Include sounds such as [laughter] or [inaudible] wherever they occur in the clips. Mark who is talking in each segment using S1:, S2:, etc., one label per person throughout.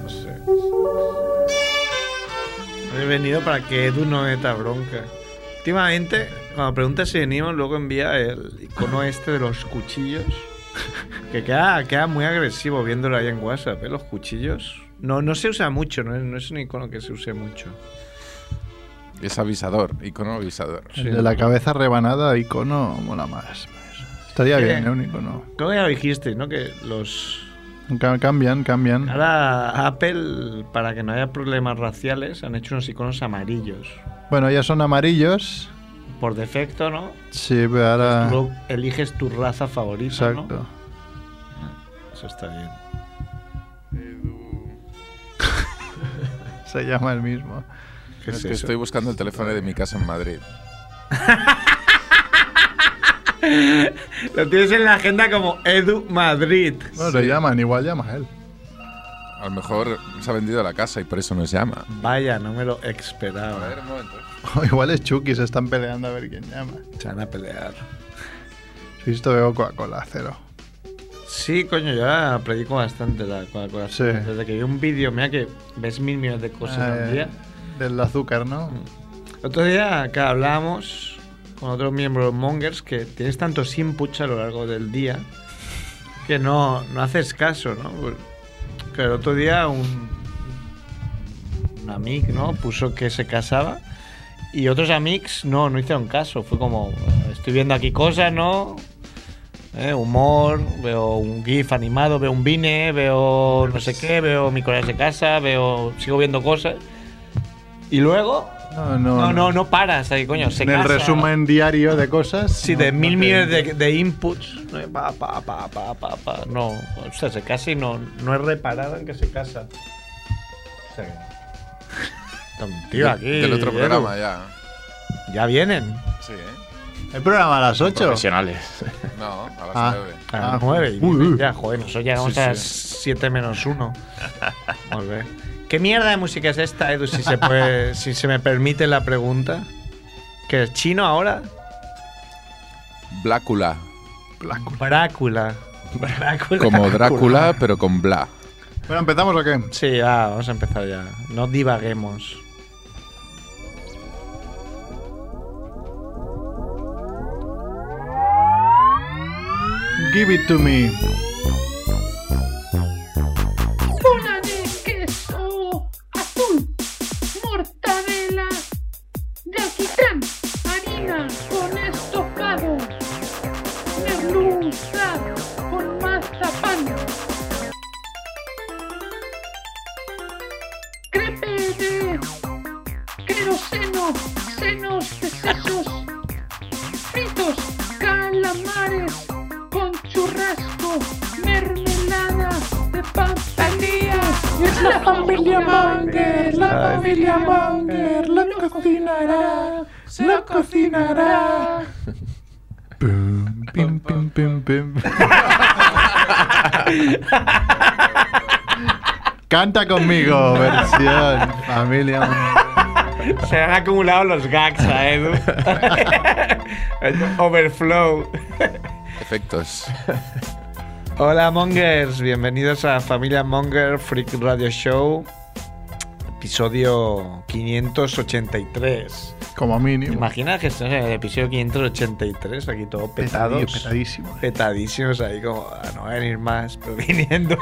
S1: pues, eh, He venido para que Edu no meta bronca. Últimamente, cuando pregunta si venimos, luego envía el icono este de los cuchillos. Que queda, queda muy agresivo viéndolo ahí en WhatsApp, ¿eh? Los cuchillos. No, no se usa mucho, no es, no es un icono que se use mucho.
S2: Es avisador, icono avisador.
S1: Sí.
S3: El de la cabeza rebanada, icono, mola más. Estaría
S1: Sí.
S3: bien, ¿eh? Un icono.
S1: Creo que ya lo dijiste, ¿no? Que los...
S3: Ca- Cambian, cambian.
S1: Ahora Apple, para que no haya problemas raciales, han hecho unos iconos amarillos.
S3: Bueno, ya son amarillos.
S1: Por defecto, ¿no?
S3: Sí, pero ahora.
S1: Luego eliges tu raza favorita,
S3: Ah. Exacto.
S1: ¿no? Eso está bien.
S3: Se llama el mismo.
S1: ¿Qué
S2: es
S1: es
S2: que
S1: eso?
S2: estoy buscando el teléfono de mi casa en Madrid.
S1: Lo tienes en la agenda como Edu Madrid.
S3: Bueno, le llaman, igual llama a él. [laughs]
S2: A lo mejor se ha vendido la casa y por eso nos llama.
S1: Vaya, no me lo
S2: A ver,
S1: esperaba.
S2: un momento. eh.
S3: O igual es Chucky, se están peleando a ver quién llama.
S1: eh. Se van a pelear.
S3: Si esto veo Coca-Cola, cero.
S1: Sí, coño, yo la predico bastante la Coca-Cola.
S3: Sí.
S1: Desde que vi un vídeo, mira que ves mil millones de cosas
S3: Eh,
S1: al día.
S3: Del azúcar, ¿no?
S1: Mm. Otro día acá hablábamos con otro miembro de Mongers que tienes tantos inputs a lo largo del día que no, no haces caso, ¿no? Que el otro día un, un amic, ¿no? Puso que se casaba y otros amics no, no hicieron caso. Fue como, "Eh, estoy viendo aquí cosas, ¿no? Eh, humor, veo un GIF animado, veo un Vine, veo no sé qué, veo mi colega se casa, veo, sigo viendo cosas. Y luego
S3: No, no.
S1: no, no, no paras ahí, coño. Se
S3: en el
S1: casa.
S3: resumen diario de cosas.
S1: Sí,
S3: no-
S1: de
S3: no
S1: mil
S3: te-
S1: millones de, de inputs. ¿no? Pa, pa, pa, pa, pa, pa. No, o sea, se casa y no, no es reparado en que se casa. O sea que-
S3: [laughs]
S1: Tontío aquí.
S2: Del otro
S1: Edu.
S3: eh.
S2: programa ya.
S1: Ya vienen.
S2: Sí, ¿eh?
S3: ¿Hay programa a las 8?
S4: Profesionales.
S2: No, a las
S3: Ah.
S2: nueve.
S1: A las
S3: Ah,
S1: nueve. y
S3: uy,
S1: vienen
S3: uy.
S1: Ya, joder, nosotros llegamos
S2: Sí,
S1: a las
S2: sí.
S1: 7 menos
S3: [laughs]
S1: 1. ¿Qué mierda de música es esta, Edu? Si se, puede, si se me permite la pregunta. ¿Que es chino ahora? [laughs]
S2: Blácula.
S1: Brácula. Brácula.
S2: Como Drácula, pero con bla.
S3: Bueno, ¿empezamos o qué?
S1: Sí, va, vamos a empezar ya. No divaguemos.
S3: Give it to me.
S5: bola de
S6: oh,
S5: queso azul, mortadela de alquitrán, harina con estofado, merluza con mazapán, crepe de queroseno, senos de sesos, fritos, calamares con churrasco, mermelada de pampanía. Es la familia Munger, la
S1: Ay.
S5: familia Munger, la cocinará, la cocinará.
S3: Pum, pim, pim, pim, pim. Canta conmigo, versión familia.
S1: Se han acumulado los gags a Edu. [laughs] Overflow.
S2: Efectos.
S1: Hola Mongers, bienvenidos a Familia Monger Freak Radio Show, episodio 583.
S3: Como mínimo.
S1: Imagina que estemos en el episodio 583, aquí todo
S3: Petadillo,
S1: petados.
S3: Petadísimo.
S1: petadísimos ahí como "Ah, no va a venir más pero viniendo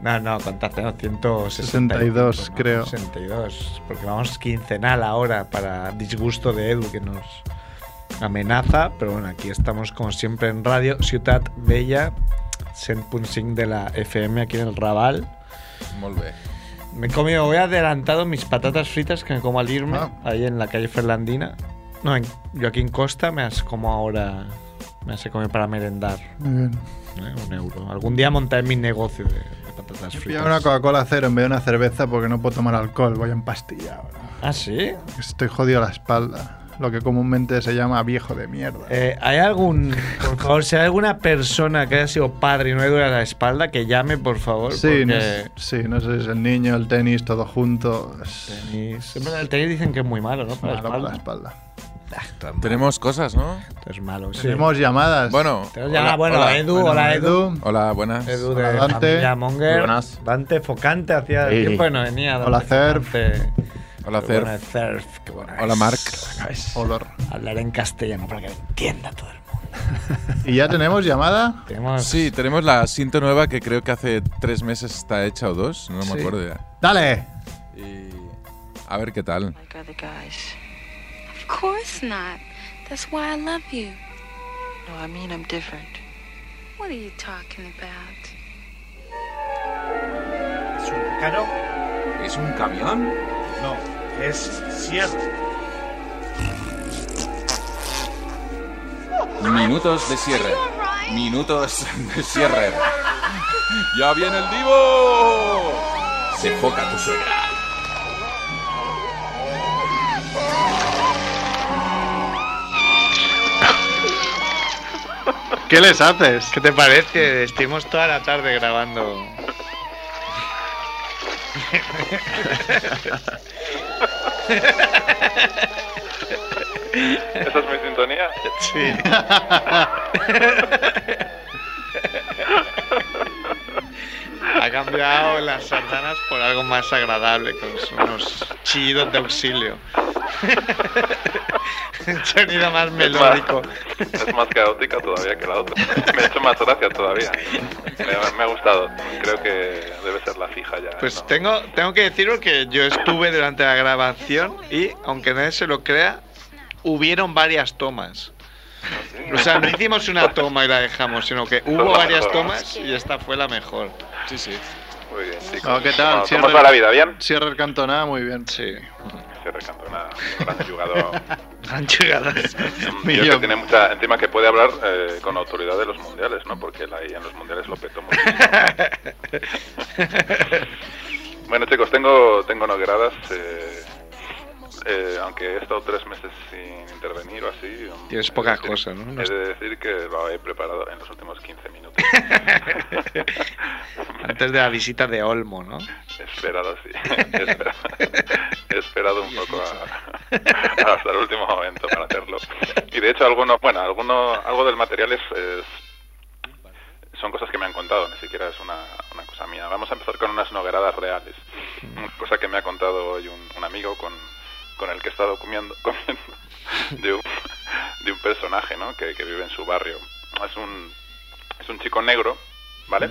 S1: no no contad tenemos 162
S3: 62, creo.
S1: 62 porque vamos quincenal ahora para disgusto de Edu que nos amenaza pero bueno aquí estamos como siempre en radio Ciudad Bella 100.5 de la FM aquí en el Raval
S2: Molt bé.
S1: me he comido, voy adelantado mis patatas fritas que me como al irme,
S3: Ah.
S1: ahí en la calle Ferlandina. No, en- yo aquí en Costa me las como ahora, me las he comido para merendar,
S3: Muy bien.
S1: ¿eh? un euro. Algún día montaré mi negocio de, de patatas
S3: Voy a
S1: fritas.
S3: una Coca-Cola cero en vez de una cerveza porque no puedo tomar alcohol, voy a empastillar ahora.
S1: ¿Ah, sí?
S3: Estoy jodido a la espalda, lo que comúnmente se llama viejo de mierda.
S1: Eh, ¿Hay algún, por favor, si hay alguna persona que haya sido padre y no le duele la espalda, que llame, por favor?
S3: sí, no,
S1: porque-
S3: sí, no sé, es el niño, el tenis, todo junto. Es
S1: Tenis- Siempre en el tenis dicen que es muy malo, ¿no? Para la
S3: malo para
S1: espalda.
S3: la espalda.
S1: Esto es malo.
S2: Tenemos cosas, ¿no?
S1: Esto es malo, sí.
S3: Tenemos llamadas.
S2: Bueno.
S1: Tenemos ya- bueno, Edu,
S3: Bueno,
S1: hola Edu.
S2: Hola, buenas.
S1: Edu de
S3: Hola, Dante.
S1: Familia Monger.
S4: Buenas.
S1: Dante Focante hacía
S4: Sí.
S1: tiempo que no venía. Dante
S3: Hola, Cerf.
S1: Focante.
S2: Hola,
S1: Qué
S2: Cerf.
S1: buena es Cerf, qué buena
S2: Hola,
S1: es.
S2: Marc.
S3: Olor.
S1: Hablar en castellano para que lo entienda todo el mundo.
S3: ¿Y ya tenemos llamada?
S1: Tenemos
S2: Sí, tenemos la cinta nueva que creo que hace tres meses está hecha o dos, no me acuerdo ya.
S3: ¡Dale!
S2: Y a ver qué tal.
S7: like other guys. Of course not. That's why I love you.
S5: No, I mean I'm different.
S7: What are you talking about?
S8: ¿Es un pájaro?
S4: ¿Es un camión?
S8: No, es cierto.
S4: Minutos de cierre. Minutos de cierre. ¡Ya viene el Divo! Se foca tu suegra.
S3: ¿Qué les haces?
S1: ¿Qué te parece? Estuvimos toda la tarde grabando.
S9: ¿Esa es mi sintonía?
S1: Sí. ha cambiado las sardanas por algo más agradable, con unos chillidos de
S9: [laughs]
S1: auxilio. Un sonido más melódico.
S9: Es más caótica todavía que la otra. Me ha hecho más gracia todavía. Me, me ha gustado. Creo que debe ser la fija ya.
S1: Pues
S9: ¿no?
S1: tengo, tengo que deciros que yo estuve durante la grabación y, aunque nadie se lo crea, hubieron varias tomas. O sea, no hicimos una toma y la dejamos, sino que hubo varias tomas y esta fue la mejor.
S2: Sí, sí.
S9: Muy bien, chicos.
S3: No, Oh, ¿qué tal?
S9: Como-
S3: Cierre-
S9: como toda la vida, ¿bien?
S3: Cierre el cantonada, muy bien.
S1: Sí.
S9: Se recanto una gran
S1: [laughs]
S9: jugador.
S1: Han llegado.
S9: Yo
S3: Millón.
S9: que tiene mucha. Encima que puede hablar eh, con autoridad de los mundiales, ¿no? Porque la IA en los mundiales lo
S1: [laughs]
S9: petó mucho. Bueno, chicos, tengo, tengo nogueradas. eh, eh, aunque he estado tres meses sin intervenir o así. um,
S1: Tienes
S9: he de
S1: poca
S9: decir-
S1: cosa, ¿no? No
S9: He
S1: es-
S9: de decir que lo he preparado en los últimos 15 minutos. [laughs]
S1: Antes de la visita de Olmo, ¿no?
S9: He esperado, sí. He esperado, he esperado un poco a- [laughs] hasta el último momento para hacerlo. Y de hecho, alguno, bueno, alguno, algo del material es, es- son cosas que me han contado, ni siquiera es una, una cosa mía. Vamos a empezar con unas nogueradas reales. Cosa que me ha contado hoy un, un amigo con, con el que he estado comiendo, [laughs] comiendo de, un, de un personaje ¿no? que, que vive en su barrio. Es un, es un chico negro, ¿vale?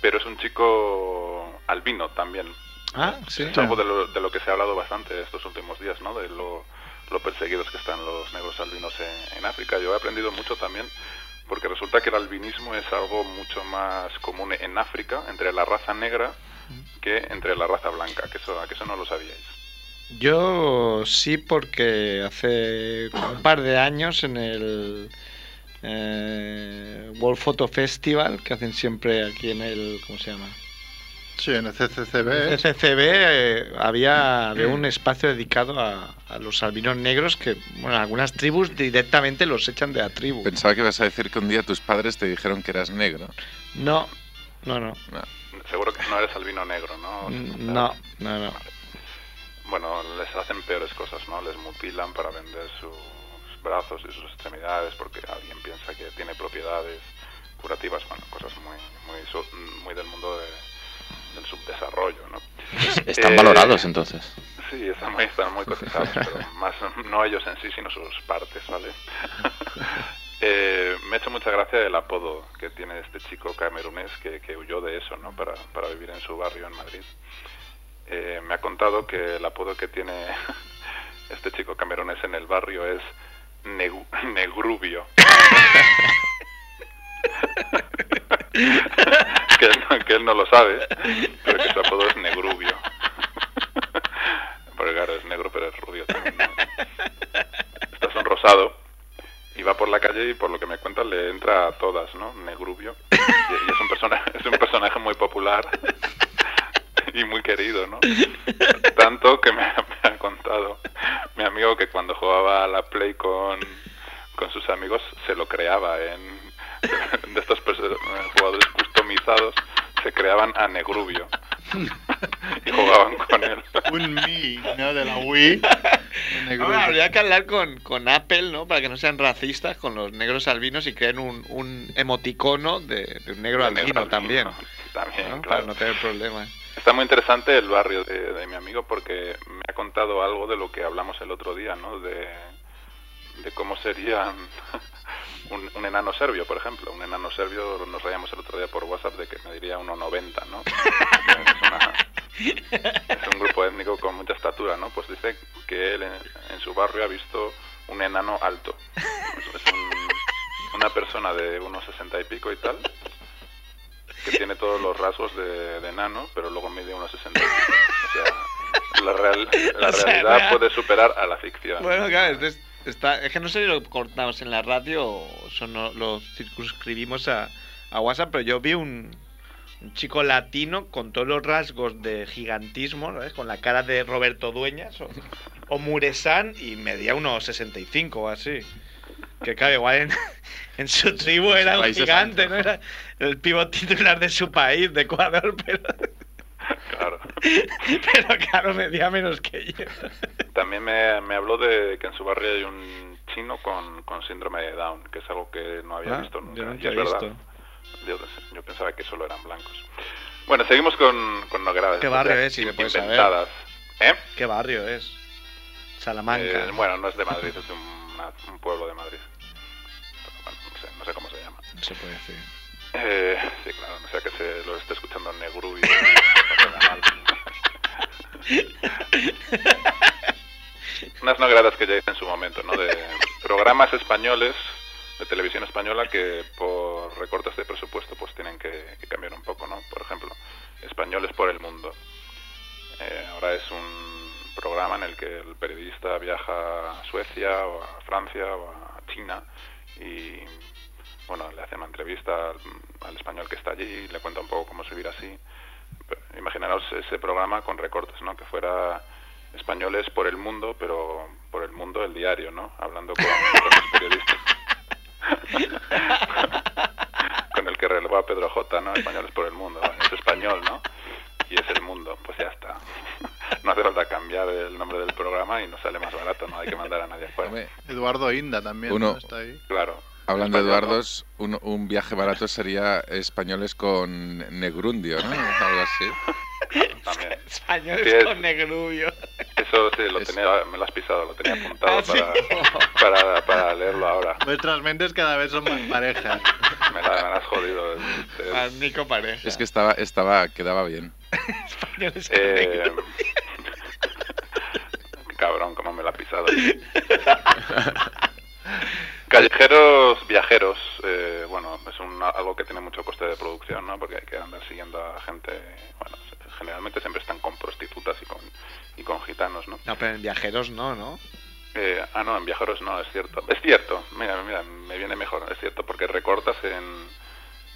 S9: Pero es un chico albino también.
S1: Ah, sí.
S9: Es algo de lo, de lo que se ha hablado bastante estos últimos días, ¿no? De lo, lo perseguidos que están los negros albinos en, en África. Yo he aprendido mucho también porque resulta que el albinismo es algo mucho más común en África entre la raza negra que entre la raza blanca, que eso, que eso no lo sabíais.
S1: Yo sí, porque hace un par de años en el eh, World Photo Festival, que hacen siempre aquí en el. ¿Cómo se llama?
S3: Sí, en el CCCB.
S1: El
S3: [laughs] ¿eh?
S1: CCB eh, había, había un espacio dedicado a, a los albinos negros que, bueno, algunas tribus directamente los echan de la tribu.
S2: Pensaba que ibas a decir que un día tus padres te dijeron que eras negro.
S1: No, no, no.
S9: Seguro que no eres albino negro, ¿no?
S1: No, no, no.
S9: Bueno, les hacen peores cosas, ¿no? Les mutilan para vender sus brazos y sus extremidades porque alguien piensa que tiene propiedades curativas, bueno, cosas muy muy, su- muy del mundo de- del subdesarrollo, ¿no? [laughs]
S4: Están
S9: Eh,
S4: valorados entonces.
S9: Sí, están muy, están muy cotizados, pero más no ellos en sí, sino sus partes, ¿vale? [laughs] Eh, me ha hecho mucha gracia el apodo que tiene este chico camerunés que, que huyó de eso, ¿no? Para, para vivir en su barrio en Madrid. Eh, me ha contado que el apodo que tiene [laughs] este chico camerunés en el barrio es Negu- [laughs] Negrubio. que, él, no- que él no lo sabe, pero que su apodo
S1: [laughs]
S9: es Negrubio. [laughs] Porque claro, es negro pero es rubio también. ¿no? Está sonrosado y va por la calle y por lo que me cuentan le entra a todas, ¿no? Negrubio. Y, y es, un persona, [laughs] es un personaje muy popular y muy querido, ¿no? Tanto que me, ha- me ha contado mi amigo que cuando jugaba a la Play con, con sus amigos se lo creaba en... [laughs] De estos perso- jugadores customizados se creaban a Negrubio y jugaban con él.
S3: [laughs] Un Mi, ¿no? De la Wii. de negro.
S1: Hombre, habría que hablar con, con Apple, ¿no? Para que no sean racistas con los negros albinos y creen un, un emoticono de, de un negro
S9: También,
S1: albino también.
S9: ¿no? También,
S1: ¿no? Para
S9: claro.
S1: no tener problemas.
S9: Está muy interesante el barrio de, de mi amigo porque me ha contado algo de lo que hablamos el otro día, ¿no? De, de cómo sería [laughs] un, un enano serbio, por ejemplo. Un enano serbio nos reíamos el otro día por WhatsApp de que me diría
S1: [laughs]
S9: 1,90, ¿no? Es, una- es un grupo étnico con mucha estatura, ¿no? Pues dice que él en, en su barrio ha visto un enano alto. Es, es un- una persona de unos 60 y pico y tal que tiene todos los rasgos de, de enano, pero luego mide unos 60. O sea, la, real-
S1: [laughs]
S9: la
S1: O sea,
S9: realidad
S1: real.
S9: puede superar a la ficción.
S1: Bueno, claro, es, es- está, es que no sé si lo cortamos en la radio o son- no- lo circunscribimos a, a WhatsApp, pero yo vi un, un chico latino con todos los rasgos de gigantismo, ¿no? con la cara de Roberto Dueñas o, o Muresan y medía unos 65 o así. Que claro, igual en, [laughs] en su tribu era un
S10: Países
S1: gigante,
S10: Altos.
S1: ¿no? Era el pivot titular de su país, de Ecuador, [laughs] pero,
S9: Claro.
S1: pero claro, medía menos que yo.
S9: También me, me habló de que en su barrio hay un chino con, con síndrome de Down, que es algo que no había
S1: Ah,
S9: visto nunca.
S1: yo nunca
S9: y es
S1: he
S9: verdad.
S1: visto.
S9: Yo, yo pensaba que solo eran blancos. Bueno, seguimos con, con novedades.
S1: ¿Qué barrio
S9: noticias
S1: es, si me puedes saber?
S9: inventadas. ¿Eh?
S1: ¿Qué barrio es? Salamanca.
S9: Eh, bueno, no es de Madrid, es de una- un pueblo de Madrid. Pero bueno, no sé, no sé cómo se llama.
S1: No se puede [laughs] decir.
S9: Eh, sí, claro, no sea que se lo esté escuchando
S1: [laughs]
S9: Negru y no queda mal. Unas no gradas que ya hice en su momento, ¿no? De programas españoles de televisión española que por recortes de presupuesto pues tienen que, que cambiar un poco, ¿no? Por ejemplo, Españoles por el Mundo. Eh, ahora es un programa en el que el periodista viaja a Suecia o a Francia o a China y bueno, le hace una entrevista al, al español que está allí y le cuenta un poco cómo es vivir así. Pero imaginaros ese programa con recortes, ¿no? Que fuera españoles por el mundo, pero por el mundo el diario, ¿no? Hablando con, con los periodistas. [laughs] con el que relevó a Pedro J, ¿no? Españoles por el mundo. Es español, ¿no? Y es el mundo, pues ya está. [laughs] No hace falta cambiar el nombre del programa y nos sale más barato, no hay que mandar a nadie afuera.
S2: Hombre,
S3: Eduardo Inda también
S2: Uno.
S3: ¿no? está ahí.
S9: Claro.
S2: hablando de
S9: Español, ¿no?
S2: Eduardos, un, un viaje barato sería españoles con Negrundio, ¿no? Algo así.
S9: También.
S1: Españoles
S9: Sí, es-
S1: con negrubio.
S9: Eso sí, lo
S2: Es-
S9: tenía, me lo has pisado, lo tenía apuntado
S1: ¿Ah, sí?
S9: para, [laughs] para, para leerlo ahora.
S3: Nuestras mentes cada vez son más
S9: [laughs]
S3: parejas.
S9: Me la, me la has jodido. este.
S1: A Nico Pareja.
S2: Es que estaba, estaba, quedaba bien.
S1: Españoles con
S9: Eh,
S1: negrubio.
S9: qué [laughs] cabrón, cómo me la ha pisado. Callejeros viajeros, eh, bueno, es un, algo que tiene mucho coste de producción, ¿no? Porque hay que andar siguiendo a gente, bueno, generalmente siempre están con prostitutas y con, y con gitanos, ¿no?
S1: No, pero en viajeros no, ¿no?
S9: Eh, ah, no, en Viajeros no, es cierto. Es cierto, mira, mira, me viene mejor, es cierto, porque recortas en,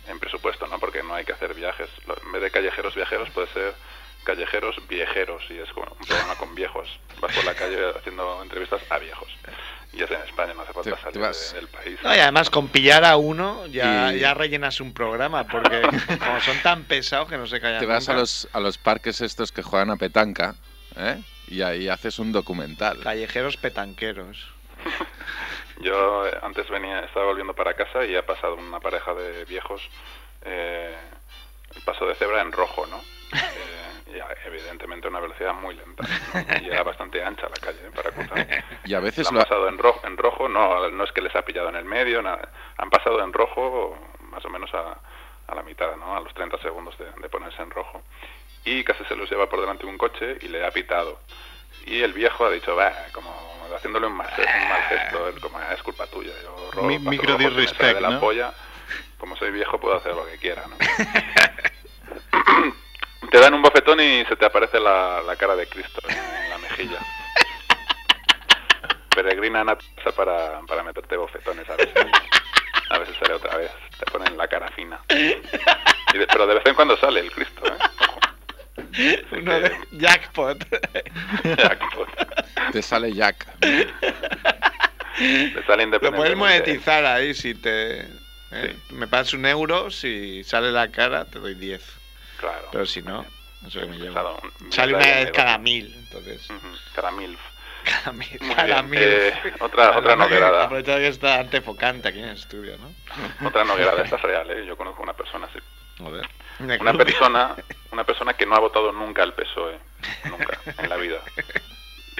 S9: en presupuesto, ¿no? Porque no hay que hacer viajes. Lo- En vez de callejeros viajeros puede ser callejeros viejeros, y es como un programa con viejos. Vas por la calle haciendo entrevistas a viejos. Y es en España, no hace falta
S2: Te- te
S9: salir
S2: vas.
S9: de- del país.
S1: No, y además con pillar a uno ya,
S2: Y-
S1: ya rellenas un programa, porque como son tan pesados que no se callan
S2: Te vas a
S1: nunca.
S2: los, a los parques estos que juegan a petanca, ¿eh? Y ahí haces un documental.
S1: Callejeros petanqueros.
S9: Yo eh, antes venía, estaba volviendo para casa y ha pasado una pareja de viejos eh, el paso de cebra en rojo, ¿no? Eh, y a- evidentemente a una velocidad muy lenta ¿no? y era bastante ancha la calle ¿eh? para cruzar.
S2: Y a veces
S9: La han
S2: lo, ha-
S9: pasado en rojo, en rojo no, no es que les ha pillado en el medio, nada. han pasado en rojo más o menos a, a la mitad, ¿no? A los 30 segundos de, de ponerse en rojo. Y casi se los lleva por delante un coche y le ha pitado. Y el viejo ha dicho, va, como haciéndole un mal, un mal gesto, él como, "Ah, es culpa tuya, yo robo,
S3: Mi-
S9: paso
S3: micro
S9: rojo, que me sale
S3: disrespect,
S9: de la
S3: ¿no?
S9: polla, como soy viejo puedo hacer lo que quiera, ¿no? te dan un bofetón y se te aparece la, la cara de Cristo en
S1: [laughs]
S9: la mejilla. Peregrina a casa para, para meterte bofetones a veces. A veces sale otra vez, te ponen la cara fina. Y de- pero de vez en cuando sale el Cristo, ¿eh? Ojo.
S1: Uno de jackpot.
S9: Jackpot.
S2: te sale Jack.
S9: Le
S1: Lo
S9: sale independiente.
S1: puedes monetizar ahí si te... eh, Me pagas un euro, si sale la cara te doy 10.
S9: Claro.
S1: Pero si no, eso que me llevo.
S9: Claro, un-
S1: Sale una
S9: un-
S1: vez cada mil, entonces...
S9: Ujú, Cada milf.
S1: Calamir.
S9: Mm. Muy bien,
S1: Calamir.
S9: eh, otra, otra noguerada.
S1: Aprovechad que está arte focante aquí en el estudio, ¿no?
S9: Otra noguerada, esta es real, ¿eh? Yo conozco una persona así.
S2: Joder.
S9: Una persona, una persona que no ha votado nunca al PSOE, E, nunca, en la vida.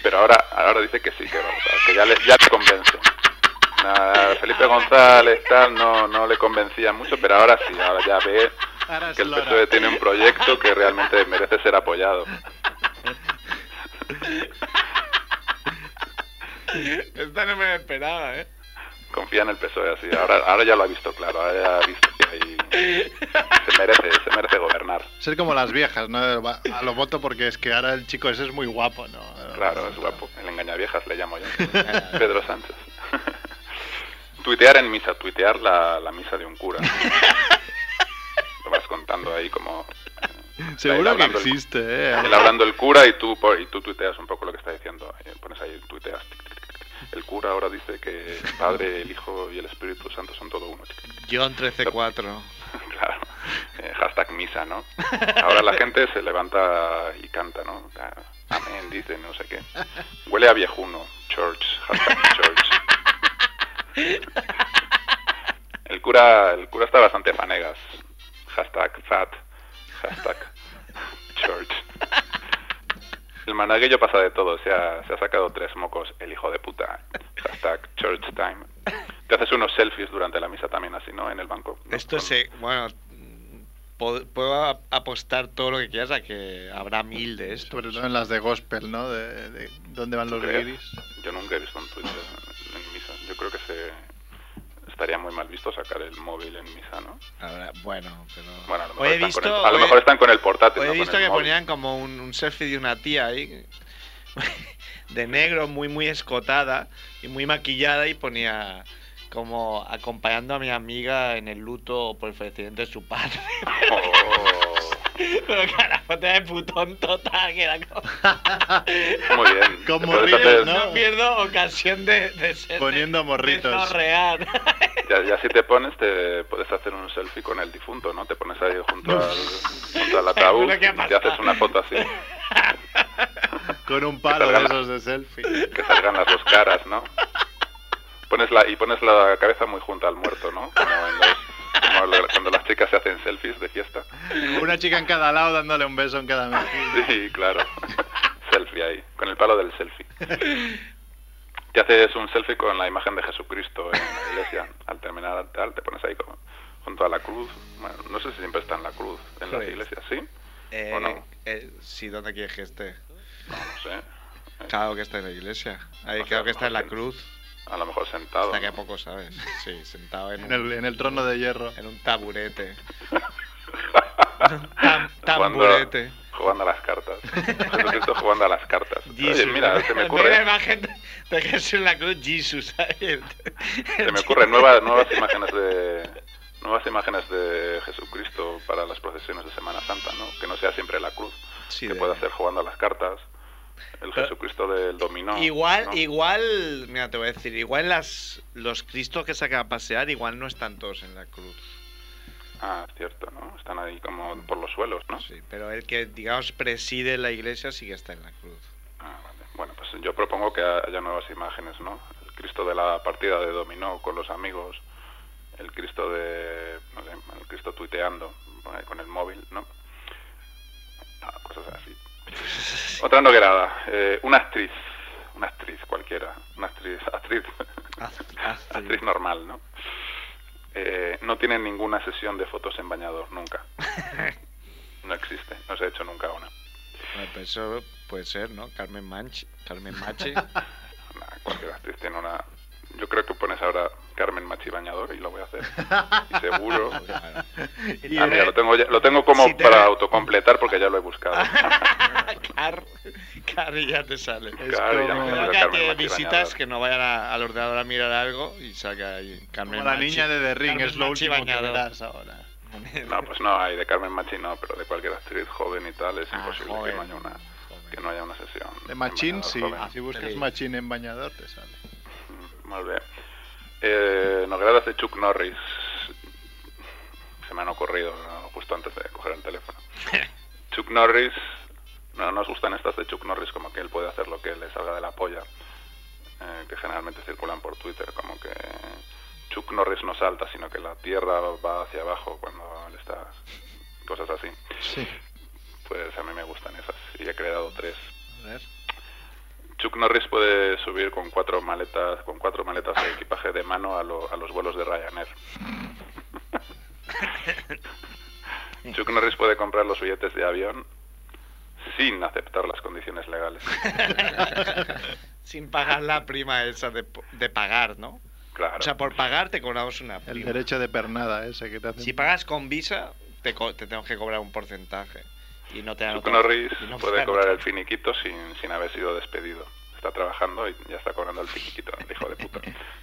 S9: Pero ahora, ahora dice que sí, que va a votar, que ya le, ya le convence. Nada, Felipe González tal no, no le convencía mucho, pero ahora sí, ahora ya ve
S1: Ahora es
S9: que el
S1: Lora.
S9: PSOE E tiene un proyecto que realmente merece ser apoyado.
S1: [laughs] Esta no me la esperaba, ¿eh?
S9: Confía en el PSOE E así, ahora, ahora ya lo ha visto claro, ahora ya ha visto que ahí se merece, se merece gobernar.
S3: Ser como las viejas, ¿no? Va- A lo voto porque es que ahora el chico ese es muy guapo, ¿no?
S9: Claro, es guapo. El engañaviejas le llamo yo. [laughs] Pedro Sánchez. [laughs] tuitear en misa, tuitear la, la misa de un cura. Lo vas contando ahí como... eh,
S3: [laughs]
S9: Él
S3: Seguro que
S9: hablando el-
S3: existe, ¿eh?
S9: Él hablando el cura y tú, po- y tú tuiteas un poco lo que está diciendo. Eh, Pones ahí, tuiteas. tic, tic, tic, tic. El cura ahora dice que el Padre, el Hijo y el Espíritu Santo son todo uno. tic, tic, tic.
S1: John 134.
S9: [laughs] Claro. Eh, hashtag misa, ¿no? Ahora la gente se levanta y canta, ¿no? Ah, Amén, dice, no sé qué. Huele a viejuno. Church. Hashtag church. El cura, el cura está bastante fanegas. Hashtag fat. Hashtag church. El managuillo pasa de todo. Se ha, se ha sacado tres mocos. El hijo de puta. Hashtag church time. Te haces unos selfies durante la misa también así, ¿no? En el banco. ¿no?
S1: Esto
S9: Con-
S1: se. Bueno. po- Puedo a- apostar todo lo que quieras a que habrá mil de esto.
S3: Sobre todo en las de gospel, ¿no? De, de- dónde van los
S9: ¿Tú crees?
S3: guiris.
S9: Yo nunca he visto un Twitter en misa. Yo creo que se estaría muy mal visto sacar el móvil en misa, ¿no?
S1: Habrá- bueno, pero.
S9: Bueno, a lo
S1: Hoy
S9: mejor,
S1: he
S9: están,
S1: visto,
S9: con el, a lo
S1: hoy-
S9: mejor están con el portátil.
S1: hoy
S9: no
S1: he
S9: con
S1: visto
S9: el
S1: que
S9: móvil.
S1: ponían como un, un selfie de una tía ahí. [laughs] De negro, muy, muy escotada y muy maquillada. Y ponía como acompañando a mi amiga en el luto por el fallecimiento de su padre.
S9: Oh,
S1: [laughs] Pero cara, foto de putón total. Que era como- [laughs]
S9: muy bien.
S3: Con
S9: Entonces,
S3: morrillos,
S9: entonces,
S1: No pierdo ocasión de, de ser.
S3: Poniendo morritos.
S1: real.
S9: ya, ya si te pones, te puedes hacer un selfie con el difunto, ¿no? Te pones ahí junto al,
S1: [laughs]
S9: junto al ataúd
S1: Seguro que ha
S9: y
S1: pasado.
S9: haces una foto así.
S3: Con un palo de
S9: salgan-
S3: esos de selfie.
S9: Que salgan las dos caras, ¿no? Pones la, y pones la cabeza muy junta al muerto, ¿no? Como, en los- como lo- cuando las chicas se hacen selfies de fiesta.
S3: Una chica en cada lado dándole un beso en cada mejilla.
S9: Sí, claro. [laughs] selfie ahí, con el palo del selfie. Te haces un selfie con la imagen de Jesucristo en la iglesia. Al terminar el tal, te pones ahí como junto a la cruz. Bueno, no sé si siempre está en la cruz en las
S1: Sí.
S9: iglesias, ¿sí? ¿O no?
S1: Eh, sí, ¿dónde quieres que esté?
S9: No sé.
S1: Claro que está en la iglesia. Ahí
S9: O sea,
S1: claro que está en la
S9: no,
S1: cruz.
S9: A lo mejor sentado.
S1: Hasta que
S9: [laughs] ¿no?
S1: poco sabes. Sí, sentado en
S3: En el,
S1: un,
S3: en el trono de hierro.
S1: en un taburete. Tam-
S9: Jugando-
S1: tamburete.
S9: Jugando a las cartas. Jesucristo jugando a
S1: [laughs]
S9: las cartas. Oye, mira,
S1: En vez de
S9: se me
S1: la
S9: ocurre,
S1: imagen de- de Jesús en la cruz, Jesus. ¿sabes?
S9: [laughs] se me ocurre nuevas, nuevas imágenes de nuevas imágenes de Jesucristo para las procesiones de Semana Santa, ¿no? Que no sea siempre la cruz,
S1: [laughs] Sí,
S9: que
S1: de-
S9: pueda hacer jugando a las cartas. El
S1: Pero-
S9: Jesucristo del dominó.
S1: igual,
S9: ¿no?
S1: igual, mira, te voy a decir, igual las, los cristos que sacan a pasear, igual no están todos en la cruz.
S9: Ah, es cierto, ¿no? Están ahí como por los suelos, ¿no?
S1: Sí, pero el que, digamos, preside la iglesia sí que está en la
S9: [laughs]
S1: cruz.
S9: Ah, vale. Bueno, pues yo propongo que haya nuevas imágenes, ¿no? El Cristo de la partida de dominó con los amigos, el Cristo de, no sé, el Cristo tuiteando por ahí con el móvil, ¿no? Ah, cosas así. Otra noguerada, eh, una actriz, una actriz cualquiera, una actriz, [laughs] actriz,
S1: Haz- haz-
S9: actriz normal, ¿no? Eh, no tiene ninguna sesión de fotos en bañador, nunca. No existe, no se ha hecho nunca una.
S1: Bueno, pues eso puede ser, ¿no? Carmen Manch, Carmen
S9: [laughs]
S1: Mache.
S9: Nah, cualquier actriz tiene una. Yo creo que pones ahora Carmen Machi Bañador y lo voy a hacer. Y seguro.
S1: Pues,
S3: Y
S9: Ah, mira,
S3: era-
S9: lo tengo, ya- lo tengo como
S1: Si te
S9: para
S1: ve-
S9: autocompletar porque ya lo he buscado.
S1: [laughs] Car, Car y ya te sale.
S3: Es
S9: Claro, ya me
S3: como-
S9: sale
S1: Creo que
S9: Carmen
S1: te
S9: Machi
S1: visitas
S9: Bañador.
S1: que no vayan a- al ordenador a mirar algo y saca ahí Carmen
S3: Como la
S1: Machi.
S3: niña de The Ring,
S1: Carmen
S3: es lo
S1: Machi
S3: último que
S1: bañador.
S3: verás
S9: [laughs]
S3: ahora.
S9: No, pues no, hay de Carmen Machi no, pero de cualquier actriz joven y tal es
S1: Ah,
S9: imposible
S1: joven,
S9: que, no haya una,
S1: joven.
S9: que no haya una sesión.
S3: De
S9: en
S3: machín,
S9: bañador
S3: sí.
S9: joven.
S3: Si buscas
S1: Sí.
S3: machín en bañador, te sale.
S9: Molt bé. Eh, nogueradas de Chuck Norris. Se me han ocurrido ¿no? justo antes de coger el teléfono. Chuck Norris No nos gustan estas de Chuck Norris, como que él puede hacer lo que le salga de la polla, eh, que generalmente circulan por Twitter, como que Chuck Norris no salta, sino que la tierra va hacia abajo cuando le está... cosas así.
S1: Sí.
S9: Pues a mí me gustan esas, y he creado tres.
S1: A ver.
S9: Chuck Norris puede subir con cuatro maletas, con cuatro maletas de equipaje de mano a, lo- a los vuelos
S1: [laughs]
S9: de Ryanair. Chuck Norris puede comprar los billetes de avión sin aceptar las condiciones
S1: [laughs]
S9: legales.
S1: Sin pagar la prima esa de, po- de pagar, ¿no?
S9: Claro.
S1: O sea, por pagar te cobramos una
S3: El
S1: prima.
S3: derecho de pernada ese que te hacen.
S1: Si pagas con Visa, te, co- te tengo que cobrar un porcentaje. Y no te dan
S9: Chuck
S1: otra-
S9: Norris
S1: y no te
S9: puede
S1: dan
S9: cobrar
S1: otra.
S9: el finiquito sin, sin haber sido despedido. Está trabajando y ya está cobrando el finiquito, el hijo
S1: [laughs]
S9: de puta.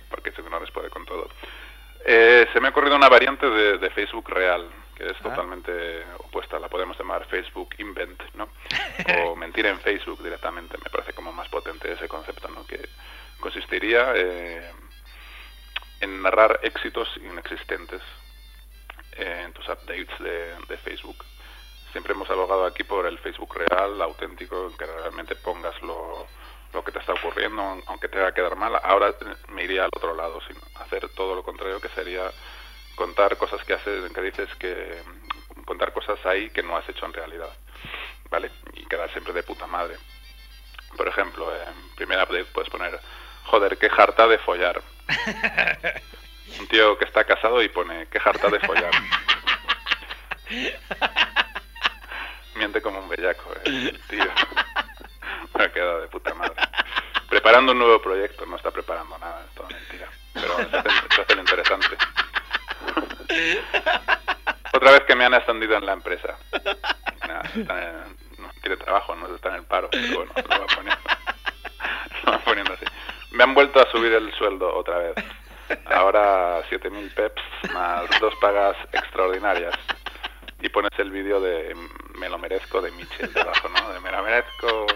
S9: Porque Chuck Norris puede con todo. Eh, se me ha ocurrido una variante de, de Facebook real, que es
S1: Ah.
S9: totalmente opuesta. La podemos llamar Facebook Invent,
S1: [laughs]
S9: ¿no? O mentir en Facebook directamente. Me parece como más potente ese concepto, ¿no? Que consistiría eh, en narrar éxitos inexistentes eh, en tus updates de- de Facebook siempre hemos abogado aquí por el Facebook real, auténtico, en que realmente pongas lo, lo que te está ocurriendo, aunque te haga quedar mal. Ahora eh, me iría al otro lado, sin hacer todo lo contrario, que sería contar cosas que haces, que dices que contar cosas ahí que no has hecho en realidad, ¿vale? Y quedar siempre de puta madre. Por ejemplo, en primera update puedes poner, joder, qué jarta de follar. Un tío que está casado y pone, qué jarta de follar. Miente como un bellaco, eh, el tío. [laughs] Me ha quedado de puta madre. Preparando un nuevo proyecto, no está preparando nada, es toda mentira. Pero se hace, se hace lo interesante. [laughs] Otra vez que me han ascendido en la empresa. Nada, están en- no tiene trabajo, no está en el paro, pero bueno, lo va poniendo. [laughs] Lo va poniendo así. Me han vuelto a subir el sueldo otra vez. Ahora 7.000 peps más dos pagas extraordinarias y pones el vídeo de mm, Me lo merezco de Michel debajo, ¿no? De Me lo merezco.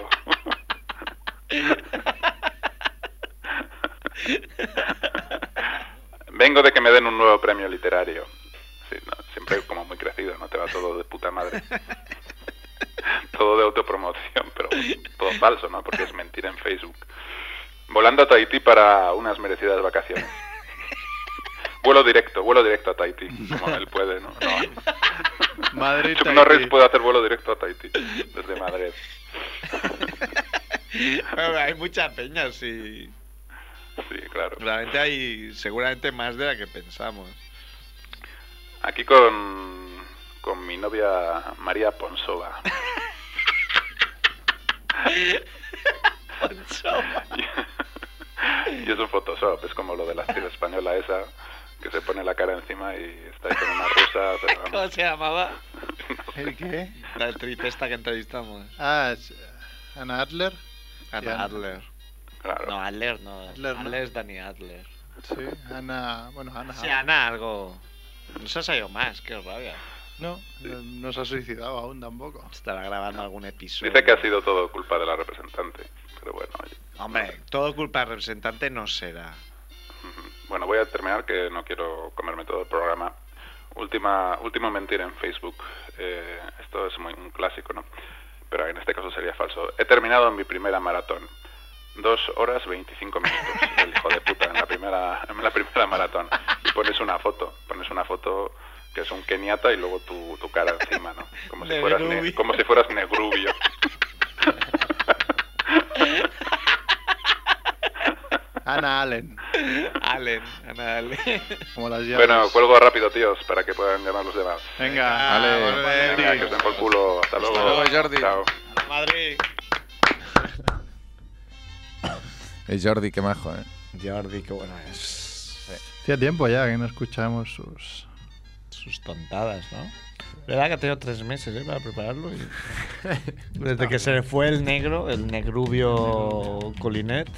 S9: Vengo de que me den un nuevo premio literario. Sí, no, siempre como muy crecido, ¿no? Te va todo de puta madre. Todo de autopromoción, pero todo falso, ¿no? Porque es mentira en Facebook. Volando a Tahití para unas merecidas vacaciones. Vuelo directo, vuelo directo a Tahití, como él puede, ¿no? no [laughs]
S3: Madrid.
S9: Chuck
S3: Tahití.
S9: Norris puede hacer vuelo directo a Tahití desde Madrid.
S1: [laughs] Bueno, hay mucha peña, sí.
S9: Sí, claro.
S1: Realmente hay seguramente más de la que pensamos.
S9: Aquí con, con mi novia María Ponsova. [laughs] Y es un Photoshop, es como lo de la tira española esa, que se pone la cara encima y está ahí con una rusa. pero vamos.
S1: ¿Cómo se llamaba?
S3: ¿El qué?
S1: La actriz esta que entrevistamos.
S3: Ah, es- Ana Adler.
S1: Ana
S3: Ya.
S1: Adler.
S9: Claro.
S1: No, Adler no.
S3: Adler,
S1: Adler,
S3: ¿no? Ah.
S1: es Dani Adler.
S3: Sí, Ana. Bueno, Ana.
S1: Sí, Ana algo. No se ha salido más, qué rabia.
S3: No, no, no se ha suicidado aún tampoco.
S1: Estará grabando algún episodio.
S9: Dice que ha sido todo culpa de la representante, pero bueno, oye.
S1: Hombre, todo culpa del representante no será.
S9: Ujú. Bueno, voy a terminar que no quiero comerme todo el programa. Última, última mentira en Facebook. Eh, esto es muy un clásico, ¿no? Pero en este caso sería falso. He terminado mi primera maratón. Dos horas 25 minutos. El hijo de puta en la primera, en la primera maratón. Y pones una foto. Pones una foto que es un keniata y luego tu, tu cara encima, ¿no? Como si fueras, ne-
S1: Negrubi.
S9: como si fueras negrubio.
S3: Ana Allen.
S1: Allen, Ana Allen.
S3: [laughs] Como las llamas.
S9: Bueno, cuelgo rápido, tíos, para que puedan llamar los demás.
S3: Venga,
S1: Ah,
S3: Ale.
S1: volver.
S9: Venga, que os den por culo. Hasta luego.
S2: luego, Jordi.
S9: Chao.
S1: Madrid.
S2: Eh, Jordi, qué majo, ¿eh?
S1: Jordi, qué bueno es.
S3: Hacía tiempo ya que no escuchamos sus.
S1: Sus tontadas, ¿no? verdad que ha tenido tres meses ¿eh? para prepararlo.
S3: [laughs]
S1: y- Desde que se le fue el negro, el negrubio Colinet.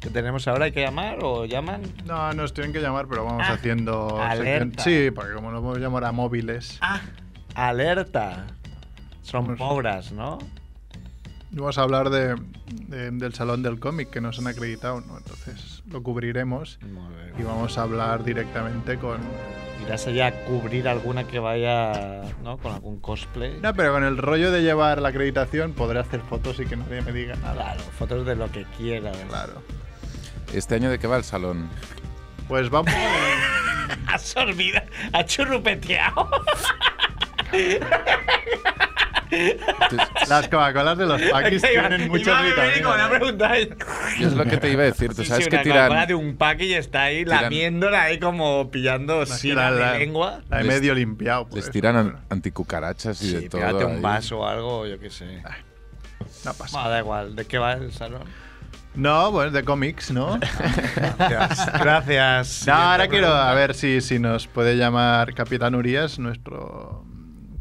S1: ¿Qué tenemos ahora? ¿Hay que llamar o llaman?
S3: No, nos tienen que llamar, pero vamos
S1: Ah,
S3: haciendo. sección-
S1: alerta.
S3: Sí, porque como nos podemos llamar a móviles.
S1: ¡Alerta! Son
S3: Pues-
S1: pobres, ¿no?
S3: Vamos a hablar de, de- del Salón del Cómic, que nos han acreditado, ¿no? Entonces lo cubriremos y vamos a hablar directamente con,
S1: irás allá a cubrir alguna que vaya, ¿no? Con algún cosplay.
S3: No, pero con el rollo de llevar la acreditación podré hacer fotos y que nadie me diga nada.
S1: Claro, fotos de lo que quieras.
S3: Claro.
S2: ¿Este año de qué va el salón?
S3: Pues vamos.
S1: [laughs] Has olvidado, has churrupeteado. [laughs]
S3: Las Coca-Colas de los Paquis tienen muchas ¿eh? vitaminas.
S2: Yo es lo que te iba a decir. Tú sabes
S1: sí,
S2: que
S1: una Coca-Cola
S2: tiran.
S1: de un pack y está ahí
S2: tiran-
S1: lamiéndola ahí como pillando sida de lengua.
S3: La he
S2: Les-
S3: medio limpiado.
S2: Les
S3: pues.
S2: tiran an- anticucarachas y
S1: Sí,
S2: de todo.
S1: pégate
S2: ahí.
S1: un vaso o algo, yo qué sé.
S3: No pasa.
S1: Bueno, da igual, ¿de qué va el salón?
S3: No, pues de cómics, ¿no? [laughs]
S1: Gracias. Gracias.
S3: No, ahora
S1: Siguiente
S3: quiero
S1: pregunta.
S3: a ver si, si nos puede llamar Capitán Urias, nuestro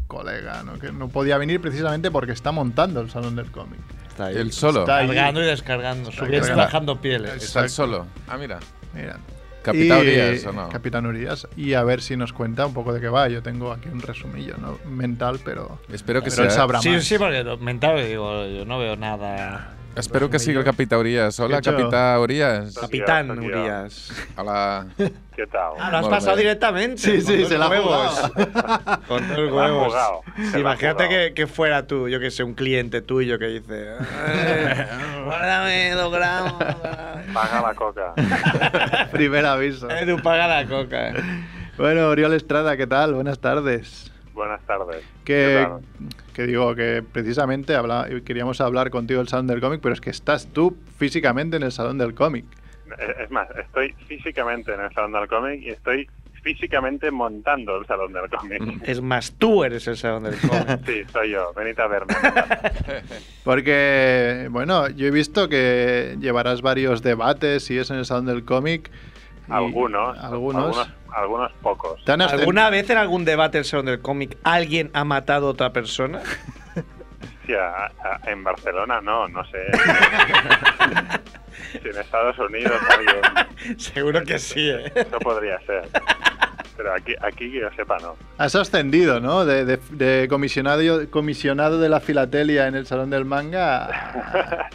S3: colega, ¿no? que no podía venir precisamente porque está montando el Salón del Cómic.
S1: Está ahí.
S2: El solo.
S3: Está ahí.
S1: Cargando y descargando, subiendo y
S3: cargando.
S1: bajando pieles.
S2: Está el solo. Ah, mira.
S3: Mira.
S2: Capitán
S3: Y-
S2: Urias, ¿o no?
S3: Capitán Urias. Y a ver si nos cuenta un poco de qué va. Yo tengo aquí un resumillo ¿no? mental, pero...
S2: Espero que ¿eh?
S3: pero él
S2: sea-
S3: sabrá
S1: Sí,
S3: más.
S1: sí, porque lo- mental digo, yo no veo nada.
S2: Espero que siga el Capitán Urias. Hola,
S3: De hecho-
S2: Capitán Urias.
S1: Capitán
S9: aquí,
S1: Urias.
S2: [laughs] Hola.
S9: ¿Qué tal?
S1: Ah, lo has
S2: Bueno,
S1: pasado
S2: vale.
S1: directamente.
S3: Sí, sí,
S1: con
S3: se
S1: dos
S3: la ha
S1: huevos.
S3: jugado.
S9: [laughs]
S1: Con dos
S9: la ha
S1: huevos.
S9: jugado, se la ha
S1: Imagínate
S9: jugado.
S1: que, que fuera tú, yo que sé, un cliente tuyo que dice: "Eh,
S9: [laughs]
S1: Guárdame dos gramos.
S9: Paga la coca.
S3: [laughs] Primer aviso.
S1: Eh, tú paga la coca.
S3: Bueno, Oriol Estrada, ¿qué tal? Buenas tardes.
S9: Buenas tardes.
S3: Que,
S9: ¿Qué tal?
S3: que digo que precisamente habla- queríamos hablar contigo del Salón del Cómic, pero es que estás tú físicamente en el Salón del Cómic.
S9: Es es más, estoy físicamente en el Salón del Cómic y estoy físicamente montando el Salón del
S3: Mm,
S9: Cómic.
S3: eh.
S1: Es más, tú eres el salón del cómic.
S9: [laughs] Sí, soy yo. Venid a
S3: [laughs]
S9: verme.
S3: Porque, bueno, yo he visto que llevarás varios debates y es en el Salón del Cómic. y-
S9: Algunos.
S3: Algunos.
S9: Algunos, algunos pocos.
S3: ¿Te han absten-
S9: este-
S1: ¿Alguna vez en algún debate del salón del cómic alguien ha matado a otra persona? [laughs]
S9: Sí, a- a- en Barcelona no, no
S3: [laughs]
S9: sé. si en Estados Unidos alguien...
S1: Seguro que sí, ¿eh?
S9: Eso podría ser. Pero aquí, aquí que yo sepa no.
S3: Has ascendido, ¿no? De, de- de comisionado, comisionado de la filatelia en el Salón del Manga.
S9: [laughs]
S3: a-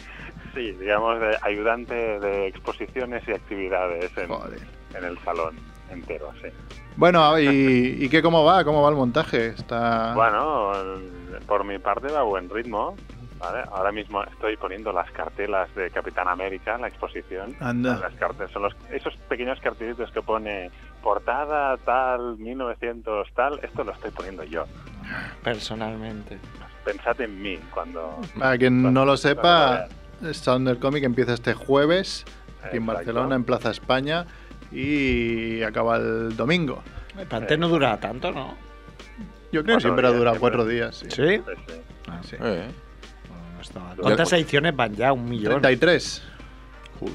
S9: Sí, digamos, de ayudante de exposiciones y actividades en,
S3: Joder.
S9: en el salón entero, sí.
S3: Bueno, ¿y, y qué cómo va? ¿Cómo va el montaje? Está...
S9: Bueno, el- por mi parte va a buen ritmo. ¿vale? Ahora mismo estoy poniendo las cartelas de Capitán América en la exposición.
S3: Anda.
S9: Las cartelas son los, esos pequeños cartelitos que pone portada tal, 1900 tal, esto lo estoy poniendo yo.
S1: Personalmente.
S9: Pensad en mí cuando...
S3: Para quien no lo sepa,
S9: Para-
S3: el Salón del Cómic empieza este jueves aquí en
S9: Exacto.
S3: Barcelona, en Plaza España, y acaba el domingo.
S1: Antes no duraba tanto, ¿no?
S3: Yo creo que
S9: Cuatro
S3: siempre ha
S9: días,
S3: durado
S9: siempre.
S3: cuatro días. Sí. Ah,
S1: ¿Sí?
S9: pues, eh,
S3: Sí.
S2: Eh,
S9: Pues
S1: ¿Cuántas ediciones van ya? Un millón.
S3: 33.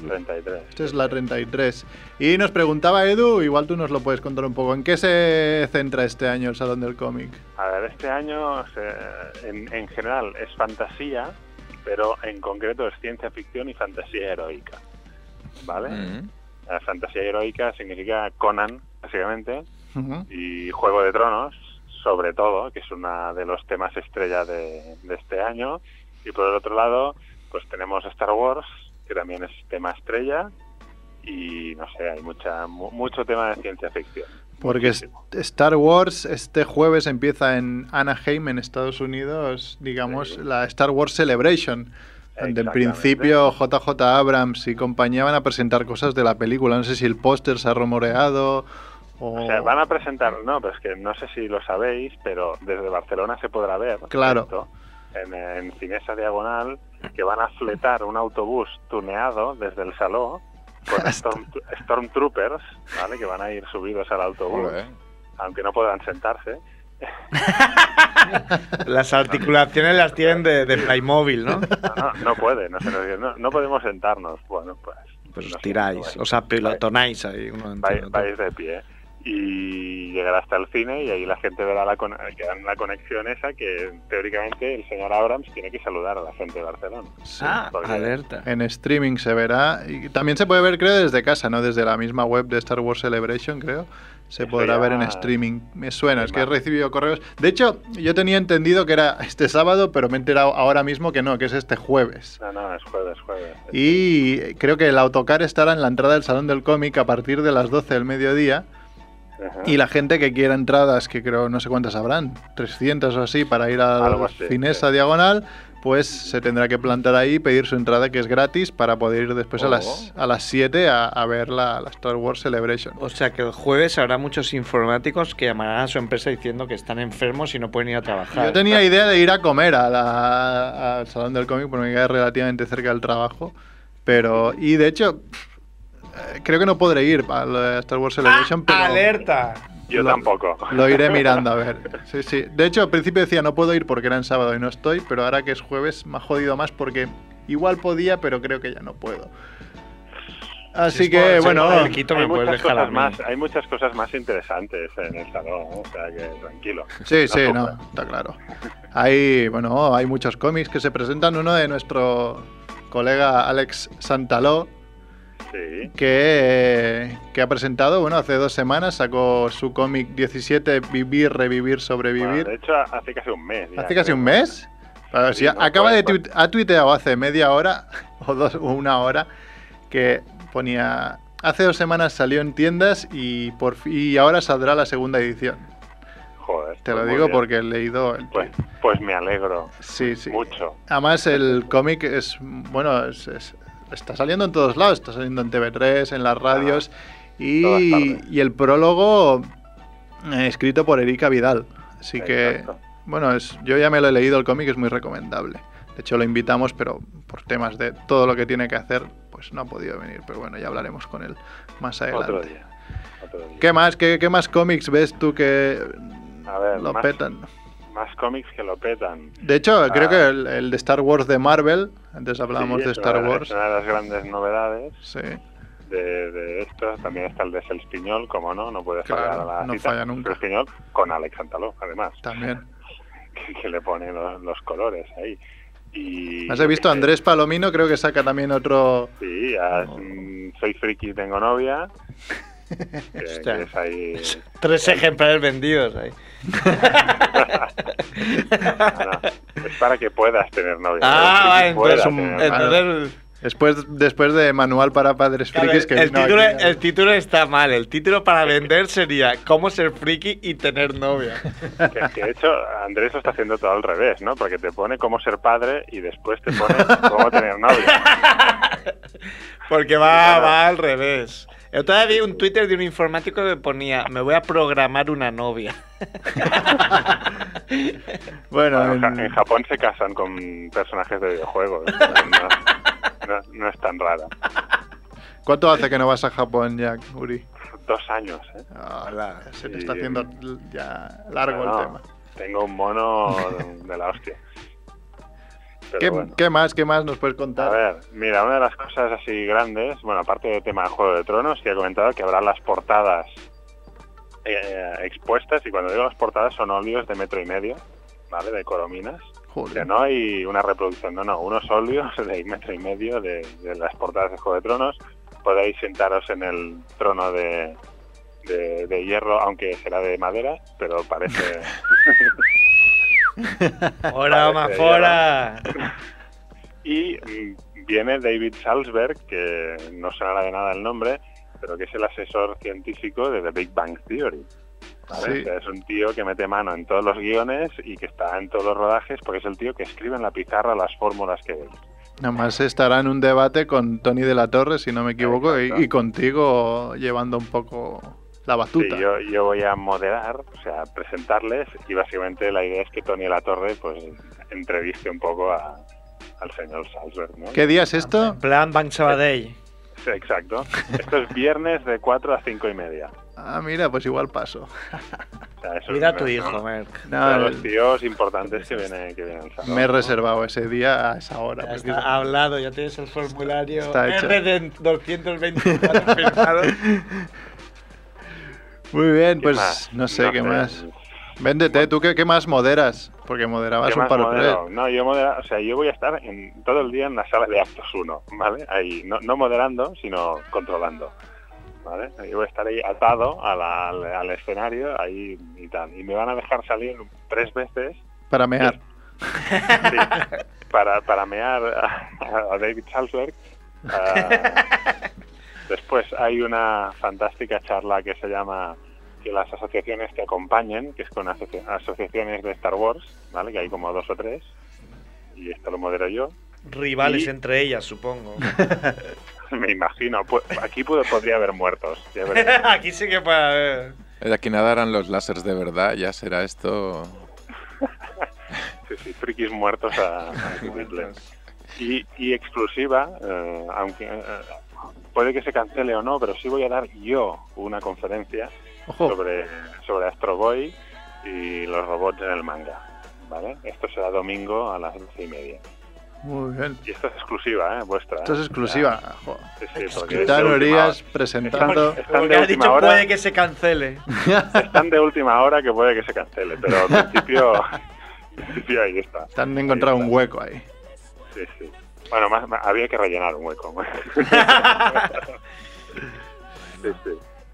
S9: 33.
S3: Esta es la 33. Y nos preguntaba Edu, igual tú nos lo puedes contar un poco, ¿en qué se centra este año el Salón del Cómic?
S9: A ver, este año se- en, en general es fantasía, pero en concreto es ciencia ficción y fantasía heroica. ¿Vale?
S2: mm.
S9: La fantasía heroica significa Conan, básicamente,
S3: Ujú.
S9: y Juego de Tronos, sobre todo, que es uno de los temas estrella de, de este año. Y por el otro lado, pues tenemos Star Wars, que también es tema estrella, y no sé, hay mucha mu- mucho tema de ciencia ficción.
S3: Porque es- Star Wars este jueves empieza en Anaheim, en Estados Unidos, digamos,
S9: Sí.
S3: la Star Wars Celebration. Donde en
S9: Exactamente.
S3: principio JJ Abrams y compañía van a presentar cosas de la película. No sé si el póster se ha rumoreado o...
S9: O
S1: Oh.
S9: sea, van a presentar, no, pero es que no sé si lo sabéis, pero desde Barcelona se podrá ver.
S3: Claro.
S9: esto, en, en Cinesa Diagonal, que van a fletar un autobús tuneado desde el Saló
S1: [laughs]
S9: con Storm- Stormtroopers, ¿vale? Que van a ir subidos al autobús,
S2: Joder.
S9: aunque no puedan sentarse.
S1: Las articulaciones las tienen de, de Playmobil, ¿no?
S9: No, no, no puede, no, se nos- no, no podemos sentarnos. Bueno, pues.
S1: Pues os
S9: no sé,
S1: tiráis,
S9: vais-
S1: os apilotonáis ahí. Uno entre
S9: vais,
S1: otro.
S9: vais de pie. ¿eh? Y llegará hasta el cine y ahí la gente verá la, con- que harán la conexión esa que teóricamente el señor Abrams tiene que saludar a la gente de Barcelona.
S3: Sí.
S1: Ah,
S9: porque-
S1: alerta.
S3: En streaming se verá. Y también se puede ver, creo, desde casa, ¿no? Desde la misma web de Star Wars Celebration, creo. Se
S9: Eso
S3: podrá
S9: ya-
S3: ver en streaming. Me suena,
S9: Sí,
S3: es que he
S9: vale.
S3: recibido correos. De hecho, yo tenía entendido que era este sábado, pero me he enterado ahora mismo que no, que es este jueves.
S9: No, no, es jueves, jueves.
S3: Y creo que el autocar estará en la entrada del Salón del Cómic a partir de las 12 del mediodía.
S9: Ajá.
S3: Y la gente que quiera entradas, que creo no sé cuántas habrán, 300 o así, para ir a
S9: Algo
S3: la
S9: así,
S3: finesa
S9: sí.
S3: diagonal, pues se tendrá que plantar ahí y pedir su entrada, que es gratis, para poder ir después a
S11: Oh.
S3: las a las 7 a, a ver la, la Star Wars Celebration.
S1: O sea que el jueves habrá muchos informáticos que llamarán a su empresa diciendo que están enfermos y no pueden ir a trabajar.
S3: Yo tenía idea de ir a comer a la- al Salón del Cómic porque me queda relativamente cerca del trabajo. Pero, y de hecho, eh, creo que no podré ir a la Star
S9: Ah,
S3: Wars Celebration, pero
S12: ¡Alerta!
S9: Yo
S3: Lo-
S9: tampoco.
S3: lo iré mirando a ver. Sí, sí. De hecho, al principio decía no puedo ir porque era en sábado y no estoy, pero ahora que es jueves me ha jodido más porque igual podía, pero creo que ya no puedo. Así
S1: Sí, es
S3: que,
S1: por-
S3: bueno,
S1: cerquita me
S9: hay
S1: puedes
S9: muchas,
S1: dejar a
S9: cosas
S1: mí.
S9: más, hay muchas cosas más interesantes en el salón, o sea que tranquilo.
S3: Sí, sí,
S9: Tampoco.
S3: no, está claro. Hay, bueno, hay muchos cómics que se presentan. Uno de nuestro colega Alex Santaló,
S9: Sí,
S3: que, que ha presentado, bueno, hace dos semanas sacó su cómic 17, Vivir, Revivir,
S9: Bueno, de
S3: Sobrevivir.
S9: hecho hace casi un mes. ya,
S3: Hace casi
S9: creo.
S3: un mes. Claro,
S9: Sí,
S3: sí,
S9: no,
S3: acaba de
S9: pues,
S3: tuit- ha tuiteado hace media hora [laughs] o dos o una hora que ponía hace dos semanas salió en tiendas y por fi- y ahora saldrá la segunda edición.
S9: Joder.
S3: Te
S9: pues
S3: lo
S9: muy
S3: digo
S9: bien.
S3: porque he leído el
S9: Pues,
S3: tuit.
S9: pues me alegro
S3: Sí, sí.
S9: mucho.
S3: Además, el cómic es. Bueno, es- es- está saliendo en todos lados. Está saliendo en TV3, en las radios.
S9: todas
S3: y,
S9: partes.
S3: y el prólogo eh, escrito por Erika Vidal. Así que.
S9: Exacto.
S3: Bueno, es, yo ya me lo he leído el cómic, es muy recomendable. De hecho, lo invitamos, pero por temas de todo lo que tiene que hacer, pues no ha podido venir. Pero bueno, ya hablaremos con él más adelante.
S9: Otro día. otro día.
S3: ¿Qué más? ¿Qué, qué más cómics ves tú que
S9: A ver,
S3: lo
S9: más-
S3: petan?
S9: Más cómics que lo petan.
S3: De hecho,
S9: Ah.
S3: creo que el, el de Star Wars de Marvel, antes hablábamos
S9: Sí,
S3: de
S9: es
S3: Star
S9: una-
S3: Wars,
S9: Es una de las grandes novedades
S3: sí,
S9: de, de esto. También está el de Selspiñol, como no, no puede
S3: Claro,
S9: fallar a la
S3: no
S9: cita.
S3: falla nunca.
S9: Selspiñol con Alex Antaló, además,
S3: también.
S9: [laughs] que, que le pone los, los colores ahí. Y
S3: Has visto Andrés Palomino, creo que saca también
S9: [laughs]
S3: otro...
S9: Sí, ya es, mm, soy friki, tengo novia. que- que
S1: Hostia. [laughs]
S9: es ahí.
S1: Tres ejemplares vendidos ahí.
S9: Ah, no, es para que puedas tener novia.
S1: Ah,
S9: para
S1: vale,
S9: que puedas
S1: entonces, un-
S9: tener novia.
S1: entonces
S3: Después, después de Manual para Padres
S1: Claro,
S3: Frikis, que
S1: el,
S3: vino
S1: título,
S3: aquí a-
S1: el título está mal. El título para vender sería Cómo ser friki y tener
S3: [laughs]
S1: novia.
S9: Que, que de hecho, Andrés lo está haciendo todo al revés, ¿no? Porque te pone cómo ser padre y después te pone cómo tener novia.
S1: [laughs] Porque va, va al revés. Yo todavía vi un Twitter de un informático que ponía Me voy a programar una
S9: [laughs]
S1: novia.
S3: Bueno,
S9: Bueno, en, Ja-
S3: en-
S9: en Japón se casan con personajes de
S3: [laughs]
S9: videojuegos. No, no- no es tan raro.
S3: ¿cuánto hace que no vas a Japón, Jack, Uri?
S9: Dos años, ¿eh?
S3: Ah, se te
S9: sí,
S3: está haciendo ya largo
S9: Bueno,
S3: el tema.
S9: Tengo un mono de la hostia. Pero
S3: ¿Qué,
S9: bueno.
S3: qué más, qué más nos puedes
S9: A
S3: contar?
S9: ver, mira, una de las cosas así grandes, bueno, aparte del tema del Juego de Tronos, que he comentado que habrá las portadas eh, expuestas, y cuando digo las portadas son óleos de metro y medio, ¿vale? De corominas. O sea,
S3: Joder.
S9: no hay una reproducción, no, no, unos óleos de metro y medio de, de las portadas de Juego de Tronos. Podéis sentaros en el trono de, de- de hierro, aunque será de madera, pero parece...
S1: ¡Hora,
S9: Vale,
S1: mafora!
S9: Y mm, viene David Salzberg, que no sonará de nada el nombre, pero que es el asesor científico de The Big Bang Theory. ¿vale?
S3: Sí.
S9: O sea, es un tío que mete mano en todos los guiones y que está en todos los rodajes porque es el tío que escribe en la pizarra las fórmulas que veis.
S3: Nada más estará en un debate con Tony de la Torre, si no me equivoco, y,
S9: Exacto.
S3: y contigo llevando un poco la batuta.
S9: Sí, yo, yo voy a moderar, o sea, presentarles y básicamente la idea es que Tony La Torre pues entreviste un poco a- al señor Salzberg. ¿no?
S3: ¿Qué día es esto?
S1: Plan Bank Sabadell.
S9: Sí, Exacto. Esto es viernes de 4 a 5 y media.
S3: Ah, mira, pues igual
S9: [laughs]
S3: paso.
S9: O sea, es un-
S1: Mira a tu
S9: es
S1: hijo,
S9: un-
S1: Merck.
S3: No,
S9: Para
S3: el-
S9: los tíos importantes que vienen, que vienen al salón.
S3: me he reservado ese día a esa hora.
S1: Ya
S3: porque-
S1: está hablado, ya tienes el formulario
S3: Está hecho.
S9: [laughs]
S1: RD224
S3: [laughs]
S1: firmado.
S3: Muy bien,
S9: Ah, ¿Qué
S3: pues
S9: más?
S3: no sé qué más.
S9: ¿Qué
S3: Véndete, ¿tú qué, qué más moderas? Porque moderabas un
S9: más
S3: par de
S9: modero? No, yo modera- o sea, yo voy a estar en, todo el día en la sala de actos 1, ¿vale? Ahí, no, no moderando, sino controlando, ¿vale? Yo voy a estar ahí atado a la- al, al escenario, ahí y tal. Y me van a dejar salir tres veces
S3: para mear.
S9: sí, para, para mear a, a David Salzberg. Ah, después hay una fantástica charla que se llama que las asociaciones te acompañen, que es con asoci- asociaciones de Star Wars, ¿vale? Que hay como dos o tres, y esto lo modero yo. [laughs]
S13: Rivales
S9: Y-
S13: entre ellas, supongo.
S1: [laughs]
S9: Me imagino, pu- aquí pudo- podría haber muertos.
S1: [laughs]
S9: ya veremos.
S13: Aquí sí que para ver.
S2: De aquí nadarán los láseres de verdad, ya será esto.
S9: Sí, sí, frikis muertos a, a Whistler. y, y exclusiva, eh, aunque eh, puede que se cancele o no, pero sí voy a dar yo una conferencia
S3: Ojo.
S9: sobre, sobre Astro Boy y los robots en el manga. ¿vale? Esto será domingo a las doce y media.
S3: Muy bien.
S9: Y esto es exclusiva, ¿eh? vuestra. ¿eh?
S3: Esto es exclusiva. Joder.
S9: Sí, sí, porque es de
S3: Dano
S9: última [laughs]
S3: Urias
S9: hora.
S3: presentando.
S9: Están- están
S13: Como
S9: de
S13: que has
S9: última
S13: dicho,
S9: hora.
S13: puede que se
S9: [laughs]
S13: cancele.
S9: Están de última hora que puede que se cancele, pero al principio,
S3: [laughs]
S9: al principio ahí está.
S3: Te han encontrado
S9: Ahí
S3: un
S9: está.
S3: hueco ahí.
S9: Sí, sí. Bueno, más, más- había que rellenar un hueco. [laughs] sí, sí.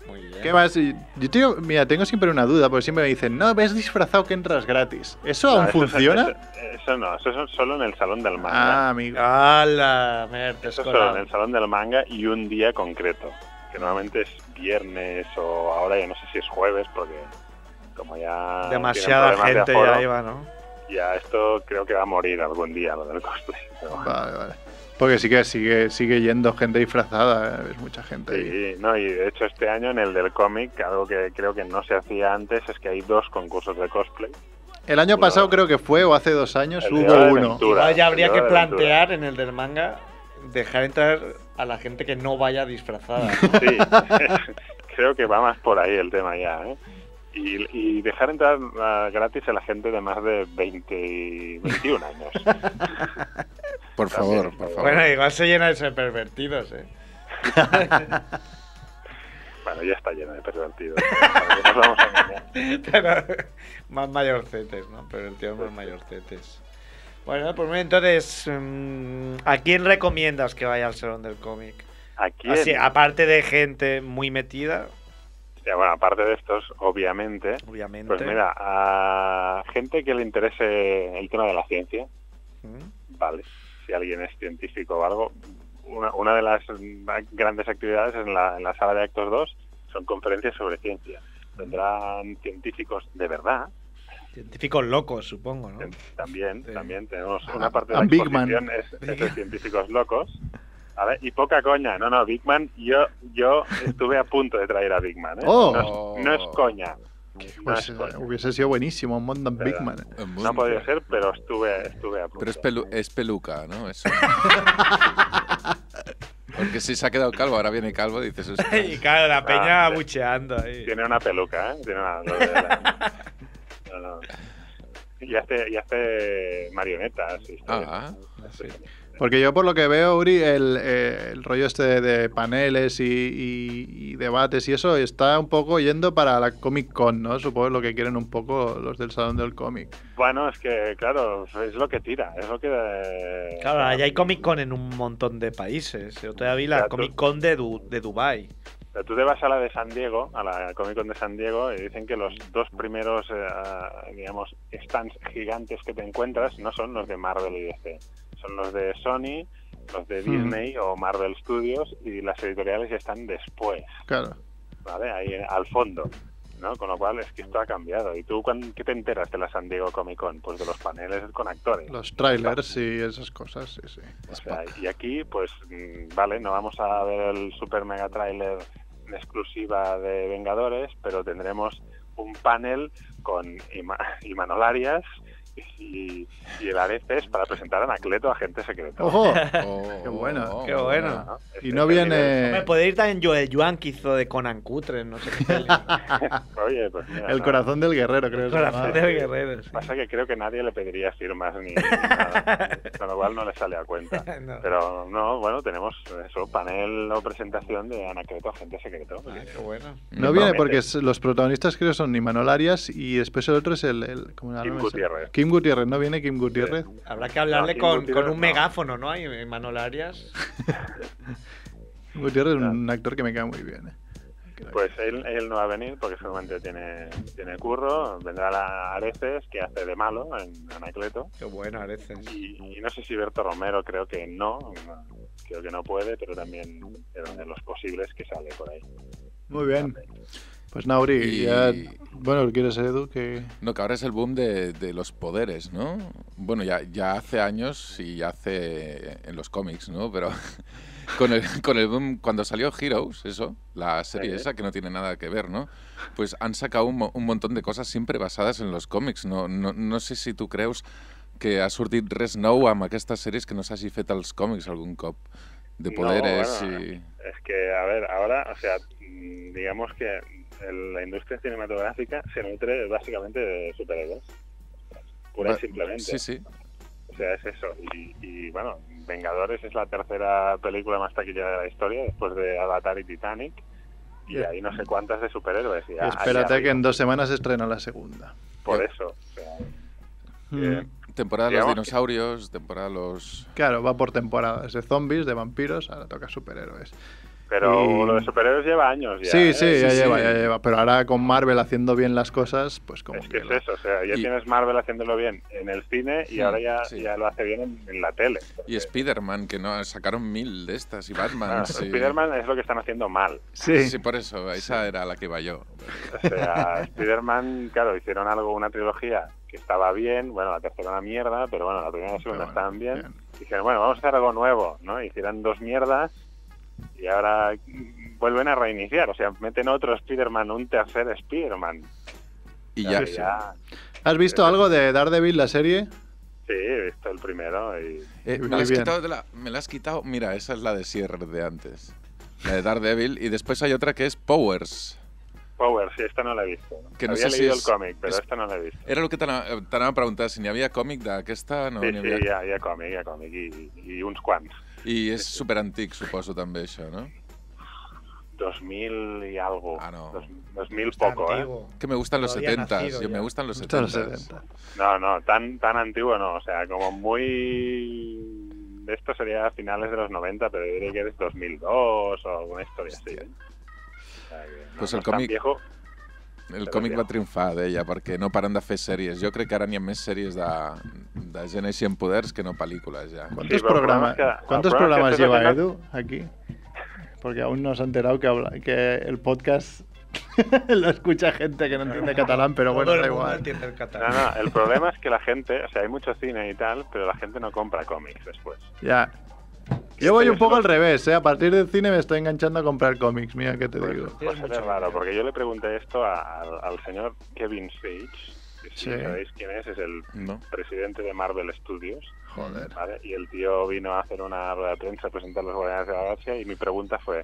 S1: Muy bien.
S3: ¿Qué más? Y- Yo tengo, mira, tengo siempre una duda, porque siempre me dicen, no, ves disfrazado que entras gratis. ¿Eso aún
S9: No, eso-
S3: funciona?
S9: Eso, eso no, eso es solo en el salón del
S3: Ah,
S9: manga.
S3: amigo.
S1: ¡Hala! Mer, te has
S9: eso es
S1: colado.
S9: solo en el salón del manga y un día concreto, que normalmente es viernes o ahora ya no sé si es jueves, porque como ya...
S1: Demasiada
S9: tienen problemas
S1: gente
S9: de aforo,
S1: ya iba, ¿no?
S9: Ya esto creo que va a morir algún día, lo del cosplay. [laughs] pero bueno.
S3: Vale, vale. Porque sí que sigue, sigue yendo gente disfrazada, ¿eh? ves mucha gente ahí.
S9: Sí, no, y de hecho este año en el del cómic, algo que creo que no se hacía antes es que hay dos concursos de cosplay.
S3: El año
S9: Bueno.
S3: pasado creo que fue, o hace dos años,
S9: El de Hora de
S3: hubo uno.
S9: Aventura,
S1: Igual ya
S9: el
S1: habría
S9: de
S1: que
S9: Hora de Aventura.
S1: plantear en el del manga dejar entrar a la gente que no vaya
S9: [laughs]
S1: disfrazada.
S9: Sí, creo que va más por ahí el tema ya, ¿eh? Y, y dejar entrar ah, gratis a la gente de más de 20, y 21 años.
S2: Por favor, por favor. Eh,
S1: bueno, igual se llena eso de pervertidos, ¿eh? [laughs]
S9: Bueno, ya está lleno de pervertidos. ¿no? Nos vamos a engañar.
S1: Pero más mayorcetes, ¿no? Pervertidos más mayorcetes. Bueno, pues muy bien, entonces, mm, ¿a quién recomiendas que vaya al salón del cómic?
S9: ¿A quién?
S1: Así, aparte de gente muy metida,
S9: Ya, bueno, aparte de estos, obviamente,
S1: obviamente.
S9: pues mira, a gente que le interese el tema de la ciencia,
S1: ¿Mm?
S9: Vale, si alguien es científico o algo. Una, una de las mm, grandes actividades en la, en la sala de actos 2 son conferencias sobre ciencia. Tendrán científicos de verdad,
S1: Científicos locos, supongo, ¿no?
S9: ten- también,
S1: Sí.
S9: también tenemos
S3: Ah,
S9: una parte de
S3: ah,
S9: la
S3: Big Man.
S9: exposición es, es de científicos locos. A ver, y poca coña, no, no, Big Man, yo, yo estuve a punto de traer a Big Man, ¿eh?
S3: Oh.
S9: no, es, no es coña. No,
S3: Pues,
S9: es
S3: eh,
S9: coña.
S3: hubiese sido buenísimo, un Mondan
S9: ¿Verdad?
S3: Big Man. eh.
S9: No podía ser, pero estuve, estuve a punto. Eh,
S2: Pero es, pelu- es peluca, ¿no? Eso. Porque si se ha quedado calvo, ahora viene calvo, dices. "Ostras".
S1: [laughs] y claro, la peña
S9: Ah,
S1: abucheando ahí.
S9: Tiene una peluca, ¿eh? Tiene una... lo de la- No, no. Y hace, y hace marionetas. y
S2: Ah,
S9: historias.
S1: Sí.
S3: Porque yo por lo que veo, Uri, el, eh, el rollo este de, de paneles y, y- y debates y eso está un poco yendo para la Comic Con, ¿no? Supongo lo que quieren un poco los del Salón del Cómic.
S9: Bueno, es que, claro, es lo que tira, es lo que... eh,
S13: Claro, ahora ya hay Comic Con en un montón de países. Yo todavía vi la
S9: Exacto.
S13: Comic Con de, Du- de Dubai.
S9: Pero tú te vas a la de San Diego, a la Comic Con de San Diego, y dicen que los dos primeros, eh, digamos, stands gigantes que te encuentras no son los de Marvel y DC, son los de Sony, los de Disney o Marvel Studios, y las editoriales ya están después.
S3: Claro.
S9: ¿vale? Ahí en- al fondo, ¿no? Con lo cual es que esto ha cambiado. ¿Y tú cuán- qué te enteras de la San Diego Comic Con? Pues de los paneles con actores.
S3: Los trailers y esas cosas, sí,
S9: [laughs]
S3: sí.
S9: O sea, y aquí, pues, mm, vale, no vamos a ver el super mega trailer en exclusiva de Vengadores, pero tendremos un panel con Ima- [laughs] Imanolarias y, y el Areces para presentar a Anacleto, agente secreto.
S3: ¡Ojo!
S2: Oh,
S3: Qué bueno.
S2: oh,
S1: Qué
S2: oh,
S1: bueno.
S9: ¿no? Este
S3: Y no
S9: nivel-
S3: viene
S1: Me puede ir también Joel Yuan que hizo de Conan Cutre, no sé qué. [laughs] peli.
S3: [laughs]
S9: Oye, pues mira,
S3: el
S9: no.
S3: corazón del guerrero,
S1: El
S3: creo. que se
S1: corazón
S3: llamaba.
S1: del guerrero, sí. [laughs]
S9: Pasa que creo que nadie le pediría firmas
S3: [laughs]
S9: ni, ni nada, con lo cual no le sale a cuenta.
S1: No.
S9: Pero no, bueno, tenemos eso, panel o presentación de Anacleto, agente secreto.
S1: Ah, qué bueno.
S3: No viene
S9: Promete.
S3: porque es- los protagonistas creo son Imanol Arias y después el otro es el... el- ¿cómo se llama?
S9: Kim Gutiérrez.
S3: Kim Gutiérrez, ¿no viene Kim Gutiérrez?
S1: Habrá que hablarle
S9: No,
S1: con,
S9: ningún
S1: con
S9: tiro,
S1: un
S9: no.
S1: megáfono, ¿no? Hay Manuel Arias.
S3: Kim Gutiérrez es un actor que me cae muy bien. eh.
S9: Pues él, él no va a venir porque seguramente tiene, tiene curro, vendrá la Areces, que hace de malo en Anacleto,
S1: Qué bueno, Areces.
S9: y, y no sé si Berto Romero creo que no, no, creo que no puede, pero también es de los posibles que sale por ahí.
S3: Muy bien. Pues Nauri,
S2: Y-
S3: ya... Bueno, ¿quieres, Edu? Que...
S2: No, que ahora es el boom de, de los poderes, ¿no? Bueno, ya, ya hace años y ya hace en los cómics, ¿no? Pero [laughs] con el, con el boom, cuando salió Heroes, eso, la serie
S9: Sí.
S2: esa que no tiene nada que ver, ¿no? Pues han sacado un, mo- un montón de cosas siempre basadas en los còmics. No, no, no sé si tu creus que ha sortit res nou amb aquestes sèries que no s'hagi fet als còmics algun cop de
S9: No,
S2: poderes
S9: bueno,
S2: i...
S9: Es que, a ver, ahora, o sea, mm, digamos que el- la industria cinematográfica se nutre básicamente de superhéroes. Pura y
S2: Va-
S9: simplemente.
S2: Sí, sí.
S9: O sea, es eso. Y, y, bueno, Vengadores es la tercera película más taquillera de la historia, después de Avatar y Titanic. Y
S3: Ya.
S9: ahí no sé cuántas de superhéroes. Y a- ahí
S3: Espérate que
S9: arriba.
S3: en dos semanas se estrena la segunda. Mm,
S9: Por eso. o sea, eh,
S2: Temporada de los
S9: Digamos que-
S2: dinosaurios, temporada de los...
S3: Claro, va por temporadas. De zombies, de vampiros, ahora toca superhéroes.
S9: pero
S3: Y-
S9: lo de superhéroes lleva años ya.
S3: Sí,
S9: ¿eh?
S3: sí, ya
S2: sí,
S3: lleva,
S2: sí.
S3: ya lleva. Pero ahora con Marvel haciendo bien las cosas, pues como
S9: Es que es
S3: la-
S9: eso, o sea, ya
S2: Y-
S9: tienes Marvel haciéndolo bien en el cine y
S2: Sí,
S9: ahora ya,
S2: sí.
S9: ya lo hace bien en, en la tele.
S2: Y Spider-Man, que no, sacaron mil de estas, y Batman.
S9: Claro,
S2: sí.
S9: Ah, Spider-Man es lo que están haciendo mal.
S3: Sí,
S2: Sí, por eso, esa era la que iba yo.
S3: [laughs]
S9: O sea, Spider-Man, claro, hicieron algo, una trilogía que estaba bien, bueno, la tercera una mierda, pero bueno, la primera y la segunda
S3: Pero bueno,
S9: estaban bien.
S3: bien.
S9: Dijeron, bueno, vamos a hacer algo nuevo, ¿no? Hicieron dos mierdas y ahora mm, vuelven a reiniciar, o sea, meten otro Spider-Man, un tercer Spider-Man.
S2: Y
S9: O sea,
S2: ya,
S9: ya-
S3: ¿Has visto algo de Daredevil, la serie?
S9: Sí, he visto el primero y...
S2: Eh, me,
S3: Muy
S2: la has
S3: bien.
S2: quitado de la- me la has quitado. Mira, esa es la de Sierra de antes. La de Daredevil. Y después hay otra que es Powers.
S9: Power, sí, esta no la he visto.
S2: Que no
S9: Había
S2: sé si
S9: leído
S2: es-
S9: el cómic, pero
S2: es-
S9: esta no la he visto.
S2: Era lo que te preguntado preguntar, si n'hi havia còmic d'aquesta, no
S9: sí,
S2: n'hi
S9: sí,
S2: havia...
S9: ja, ja còmic, ja còmic, i, i uns quants.
S2: I és superantic, suposo, també, això, no?
S9: 2000 i algo.
S2: Ah, no.
S9: Dos, 2000
S1: Está
S9: poco, eh?
S1: antiguo.
S2: Que me gustan los
S1: No había
S2: 70
S1: nacido
S2: yo me
S1: ya.
S2: gustan los
S3: Hasta los
S2: 70
S3: 70.
S9: No, no, tan, tan antiguo no, o sea, como muy... Esto sería a finales de los 90, pero yo diría que es 2002 o alguna historia
S2: Hostia.
S9: así. ¿eh? O sea, que no,
S2: Pues
S9: no
S2: el
S9: es tan
S2: cómic-
S9: viejo.
S2: El còmic va triomfar d'ella, perquè no paren de fer sèries. Jo crec que ara n'hi ha més sèries de, de gent així amb poders que no pel·lícules, ja.
S3: ¿Cuántos,
S9: pero
S3: programas,
S9: programas que-
S3: ¿cuántos
S9: programas
S3: programas
S9: que estoy
S3: lleva
S9: haciendo-
S3: Edu aquí? Porque aún no se ha enterado que, habla- que el podcast [laughs] lo escucha gente que no entiende catalán, pero bueno,
S1: Todo el
S3: da
S1: mundo
S3: igual.
S1: entiende el
S9: No,
S1: catalán.
S9: no, el problema es que la gente, o sea, hay mucho cine y tal, pero la gente no compra cómics después.
S3: Ya. Yo voy
S9: Estoy
S3: un poco al
S9: haciendo-
S3: revés, ¿eh? A partir del cine me estoy enganchando a comprar cómics, mira qué te
S9: Pues,
S3: digo.
S9: pues
S1: Tienes
S9: es
S1: mucho
S9: raro,
S1: miedo.
S9: porque yo le pregunté esto a- al, al señor Kevin Feige, que si
S3: Sí.
S9: sabéis quién es, es el
S2: No?
S9: presidente de Marvel Studios,
S3: Joder.
S9: ¿vale? Y el tío vino a hacer una rueda de prensa a presentar los Guardianes de la Galaxia y mi pregunta fue,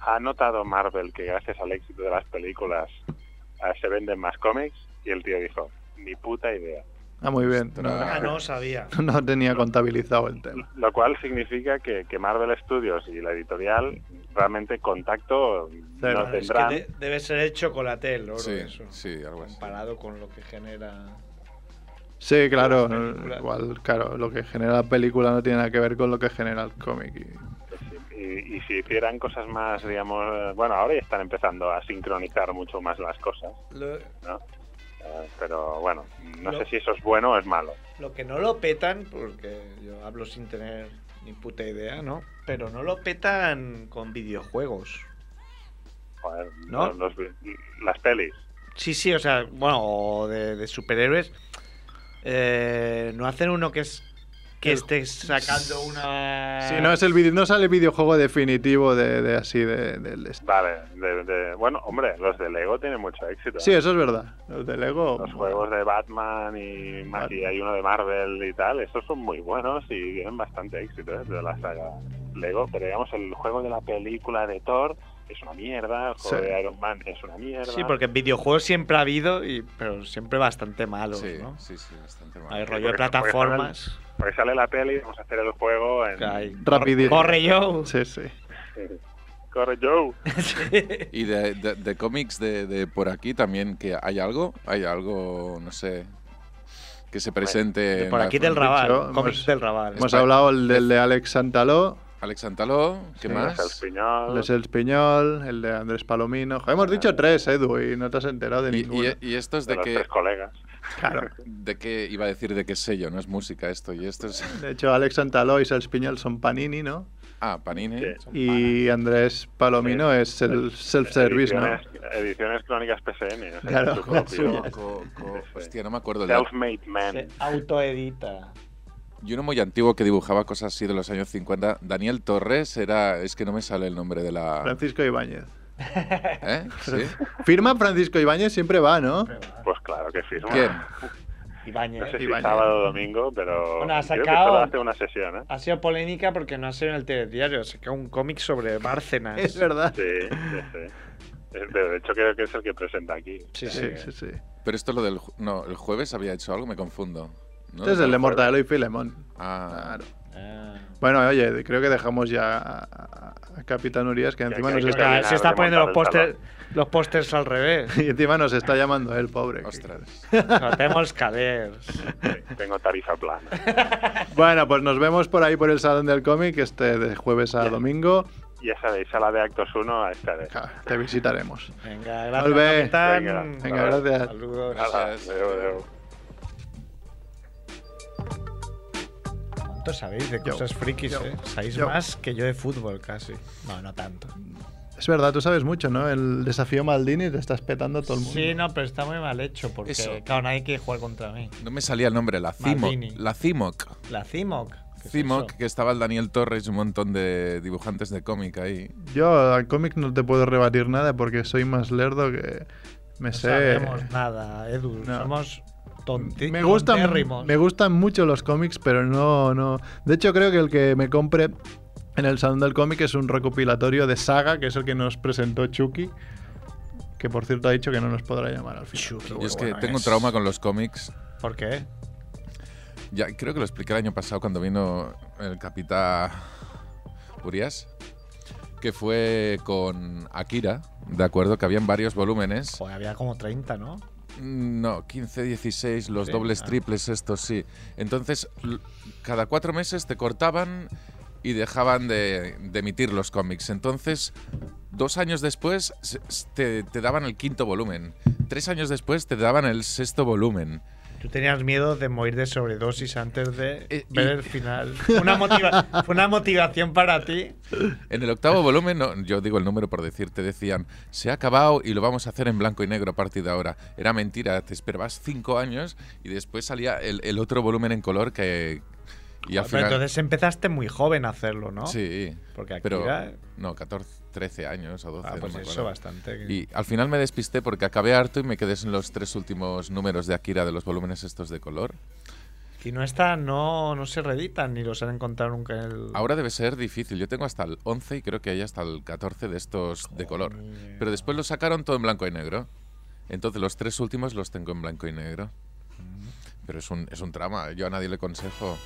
S9: ¿ha notado Marvel que gracias al éxito de las películas eh, se venden más cómics? Y el tío dijo, ni puta idea.
S3: Ah, muy bien.
S2: Ostras.
S14: Ah,
S3: No,
S14: no, sabía.
S3: [laughs] no tenía contabilizado el tema.
S9: Lo cual significa que, que Marvel Studios y la editorial realmente contacto
S3: Cero.
S9: no
S14: Claro, es que
S9: tendrán.
S14: de- debe ser el chocolatel, oro,
S2: Sí,
S14: eso.
S2: sí, algo así.
S1: Comparado con lo que genera.
S3: Sí, claro,
S1: Las películas.
S3: igual, claro, lo que genera la película no tiene nada que ver con lo que genera el cómic. y-
S9: Y, y si hicieran cosas más, digamos, eh, bueno, ahora ya están empezando a sincronizar mucho más las cosas,
S1: Lo,
S9: ¿no? Eh, pero bueno, no,
S1: No.
S9: sé si eso es bueno o es malo.
S1: lo que no lo petan, porque yo hablo sin tener ni puta idea, ¿no? Pero no lo petan con videojuegos.
S9: Joder,
S1: ¿No?
S9: los- los vi- las pelis.
S1: Sí, sí, o sea, bueno, o de, de superhéroes. Eh, no hacen uno que es que esté sacando una.
S3: Sí, no, es el vide- no sale el videojuego definitivo de, de así, de, del est-
S9: Vale, de, de- bueno, hombre, los de Lego tienen mucho éxito. ¿eh?
S3: Sí, eso es verdad. Los de Lego.
S9: Los juegos de Batman y, ma- y hay uno de Marvel y tal, esos son muy buenos y tienen bastante éxito ¿eh? de la saga Lego, pero digamos el juego de la película de Thor es una mierda, el juego
S3: Sí.
S9: de Iron Man es una mierda.
S1: Sí, porque en videojuegos siempre ha habido, y, pero siempre bastante malos,
S2: Sí,
S1: ¿no?
S2: sí, sí, bastante mal.
S1: Hay rollo de
S9: porque- porque son el-
S1: plataformas.
S9: Porque sale la peli, vamos a hacer el juego en...
S1: que hay.
S3: Rapidito.
S1: Corre
S2: [laughs]
S1: yo.
S3: Sí, sí.
S9: Corre Joe.
S3: Eh,
S2: Y de, de- de cómics de, de por aquí también, que hay algo, hay algo, no sé, que se presente. en
S1: Por
S2: la
S1: aquí del
S2: frontera.
S1: Raval.
S3: hemos-
S1: Cómics del Raval.
S3: Hemos
S2: Espa-
S3: hablado el del de Alex Santaló,
S2: Alex Antaló, ¿qué
S3: Sí,
S9: El
S2: más?
S9: Piñol.
S3: el de Sel Piñol, el de Andrés Palomino. Joder, hemos dicho tres, Edu, y no te has enterado de
S2: Y, e-
S3: ninguno.
S2: y- y esto es
S9: de
S2: de
S9: los
S2: qué,
S9: tres colegas.
S3: Claro.
S2: de qué, iba a decir de qué sello, no es música esto, y esto es...
S3: De hecho, Alex Santaló y Sel Piñol son Panini, ¿no?
S2: Ah, Panini.
S3: Y Andrés Palomino es el self-service, ¿no?
S10: ediciones, ediciones crónicas PSM. o sea,
S3: Claro,
S10: su
S3: las
S10: propio-
S3: [laughs] suyas.
S2: Co- co- Hostia, no me acuerdo. la-
S10: Self-made man.
S15: autoedita.
S2: Y uno muy antiguo que dibujaba cosas así de los años 50. Daniel Torres era. Es que no me sale el nombre
S1: [laughs]
S2: de la.
S3: Francisco Ibáñez.
S2: ¿Eh? ¿Sí?
S3: Firma Francisco Ibáñez, siempre va, ¿no?
S10: Pues claro que firma.
S2: ¿Quién?
S10: No
S15: Ibáñez.
S10: sé si
S3: Ibáñez.
S10: sábado o domingo, pero
S1: Bueno, ha
S10: creo que
S1: sacado-
S10: solo hace una sesión, ¿eh?
S1: Ha sido polémica porque no ha sido en el telediario, se quedó un cómic sobre Bárcenas.
S3: Es verdad.
S10: Sí, sí, sí. Eh, Pero de hecho creo que es el que presenta aquí.
S1: Sí, sí.
S3: Sí, sí, sí.
S2: Pero esto lo del. ju- No, el jueves había hecho algo, me confundo. ¿no?
S3: Este es el de Mortadelo y Filemón.
S2: Ah,
S3: Claro.
S1: Ah.
S3: Bueno, oye, creo que dejamos ya a, a- a Capitán Urias, que encima,
S10: que-
S3: nos
S10: que-
S3: está,
S1: se están poniendo los
S10: remontar el
S1: pósters los pósters al revés.
S3: [laughs] y encima nos está llamando él, pobre.
S2: ostras.
S1: Tenemos calers.
S10: Sí, Tengo tarifa plana.
S3: Bueno, pues nos vemos por ahí por el Salón del Cómic, este de jueves a domingo.
S10: Ya sabéis, a la de Actos 1 a esta de.
S3: Ja, Te visitaremos.
S1: Venga, gracias.
S3: Volve.
S1: capitán.
S10: Venga,
S3: Venga, gracias.
S1: Saludos.
S10: Nada,
S2: Gracias.
S10: adeu, adeu.
S1: ¿Cuánto sabéis de
S3: Yo.
S1: cosas frikis,
S3: Yo.
S1: eh? Sabéis
S3: Yo.
S1: más que yo de fútbol casi. No, no tanto.
S3: Es verdad, tú sabes mucho, ¿no? El desafío Maldini te estás petando a todo el mundo.
S1: Sí, no, pero está muy mal hecho porque,
S2: Eso.
S1: claro, nadie quiere jugar contra mí.
S2: No me salía el nombre, la Cimoc.
S1: Maldini.
S2: La Cimoc.
S1: La Cimoc. ¿qué es
S2: Cimoc,
S1: eso?
S2: que estaba el Daniel Torres y un montón de dibujantes de cómic ahí.
S3: Yo al cómic no te puedo rebatir nada porque soy más lerdo que. Me
S1: No
S2: eh,
S3: sé.
S1: sabemos nada, Edu.
S3: No.
S1: Somos tonti
S3: me gustan,
S1: tontérrimos.
S3: me gustan mucho los cómics, pero no, no. De hecho, creo que el que me compre en el Salón del Cómic es un recopilatorio de Saga, que es el que nos presentó Chucky. Que por cierto ha dicho que no nos podrá llamar al final.
S1: Chucky,
S3: Pero
S2: Yo
S3: bueno,
S2: es que
S3: bueno,
S2: tengo un
S3: es-
S2: trauma con los cómics.
S1: ¿Por qué?
S2: Ya, creo que lo expliqué el año pasado cuando vino el capitán Urias, que fue con Akira, ¿de acuerdo? Que habían varios volúmenes.
S1: Joder, había como 30, ¿no?
S2: No, 15, 16, los
S1: Sí,
S2: dobles
S1: ah.
S2: triples, estos sí. Entonces, l- cada cuatro meses te cortaban y dejaban de, de emitir los cómics. Entonces, dos años después se- s- te, te daban el quinto volumen. Tres años después te daban el sexto volumen.
S1: Tú tenías miedo de morir de sobredosis antes de
S2: Eh,
S1: ver
S2: y-
S1: el final. Fue una, motiva- fue una motivación para ti.
S2: En
S1: [laughs]
S2: el octavo volumen, no, yo digo el número por decirte, decían, se ha acabado y lo vamos a hacer en blanco y negro a partir de ahora. Era mentira, te esperabas cinco años y después salía el, el otro volumen en color que... Y al
S1: Pero
S2: final...
S1: entonces empezaste muy joven a hacerlo, ¿no?
S2: Sí.
S1: Porque aquí
S2: Pero,
S1: era-
S2: no, 14, 13 años o 12.
S1: Ah,
S2: no
S1: pues
S2: me
S1: eso
S2: acuerdo.
S1: bastante.
S2: Y al final me despisté porque acabé harto y me quedé en los tres últimos números de Akira de los volúmenes estos de color.
S1: Y no está, no, no se reeditan ni los han encontrado nunca en el.
S2: Ahora debe ser difícil. Yo tengo hasta el 11 y creo que hay hasta el 14 de estos de color.
S1: Joder.
S2: Pero después los sacaron todo en blanco y negro. Entonces los tres últimos los tengo en blanco y negro.
S1: Mm.
S2: Pero es un, es un trama. Yo a nadie le aconsejo.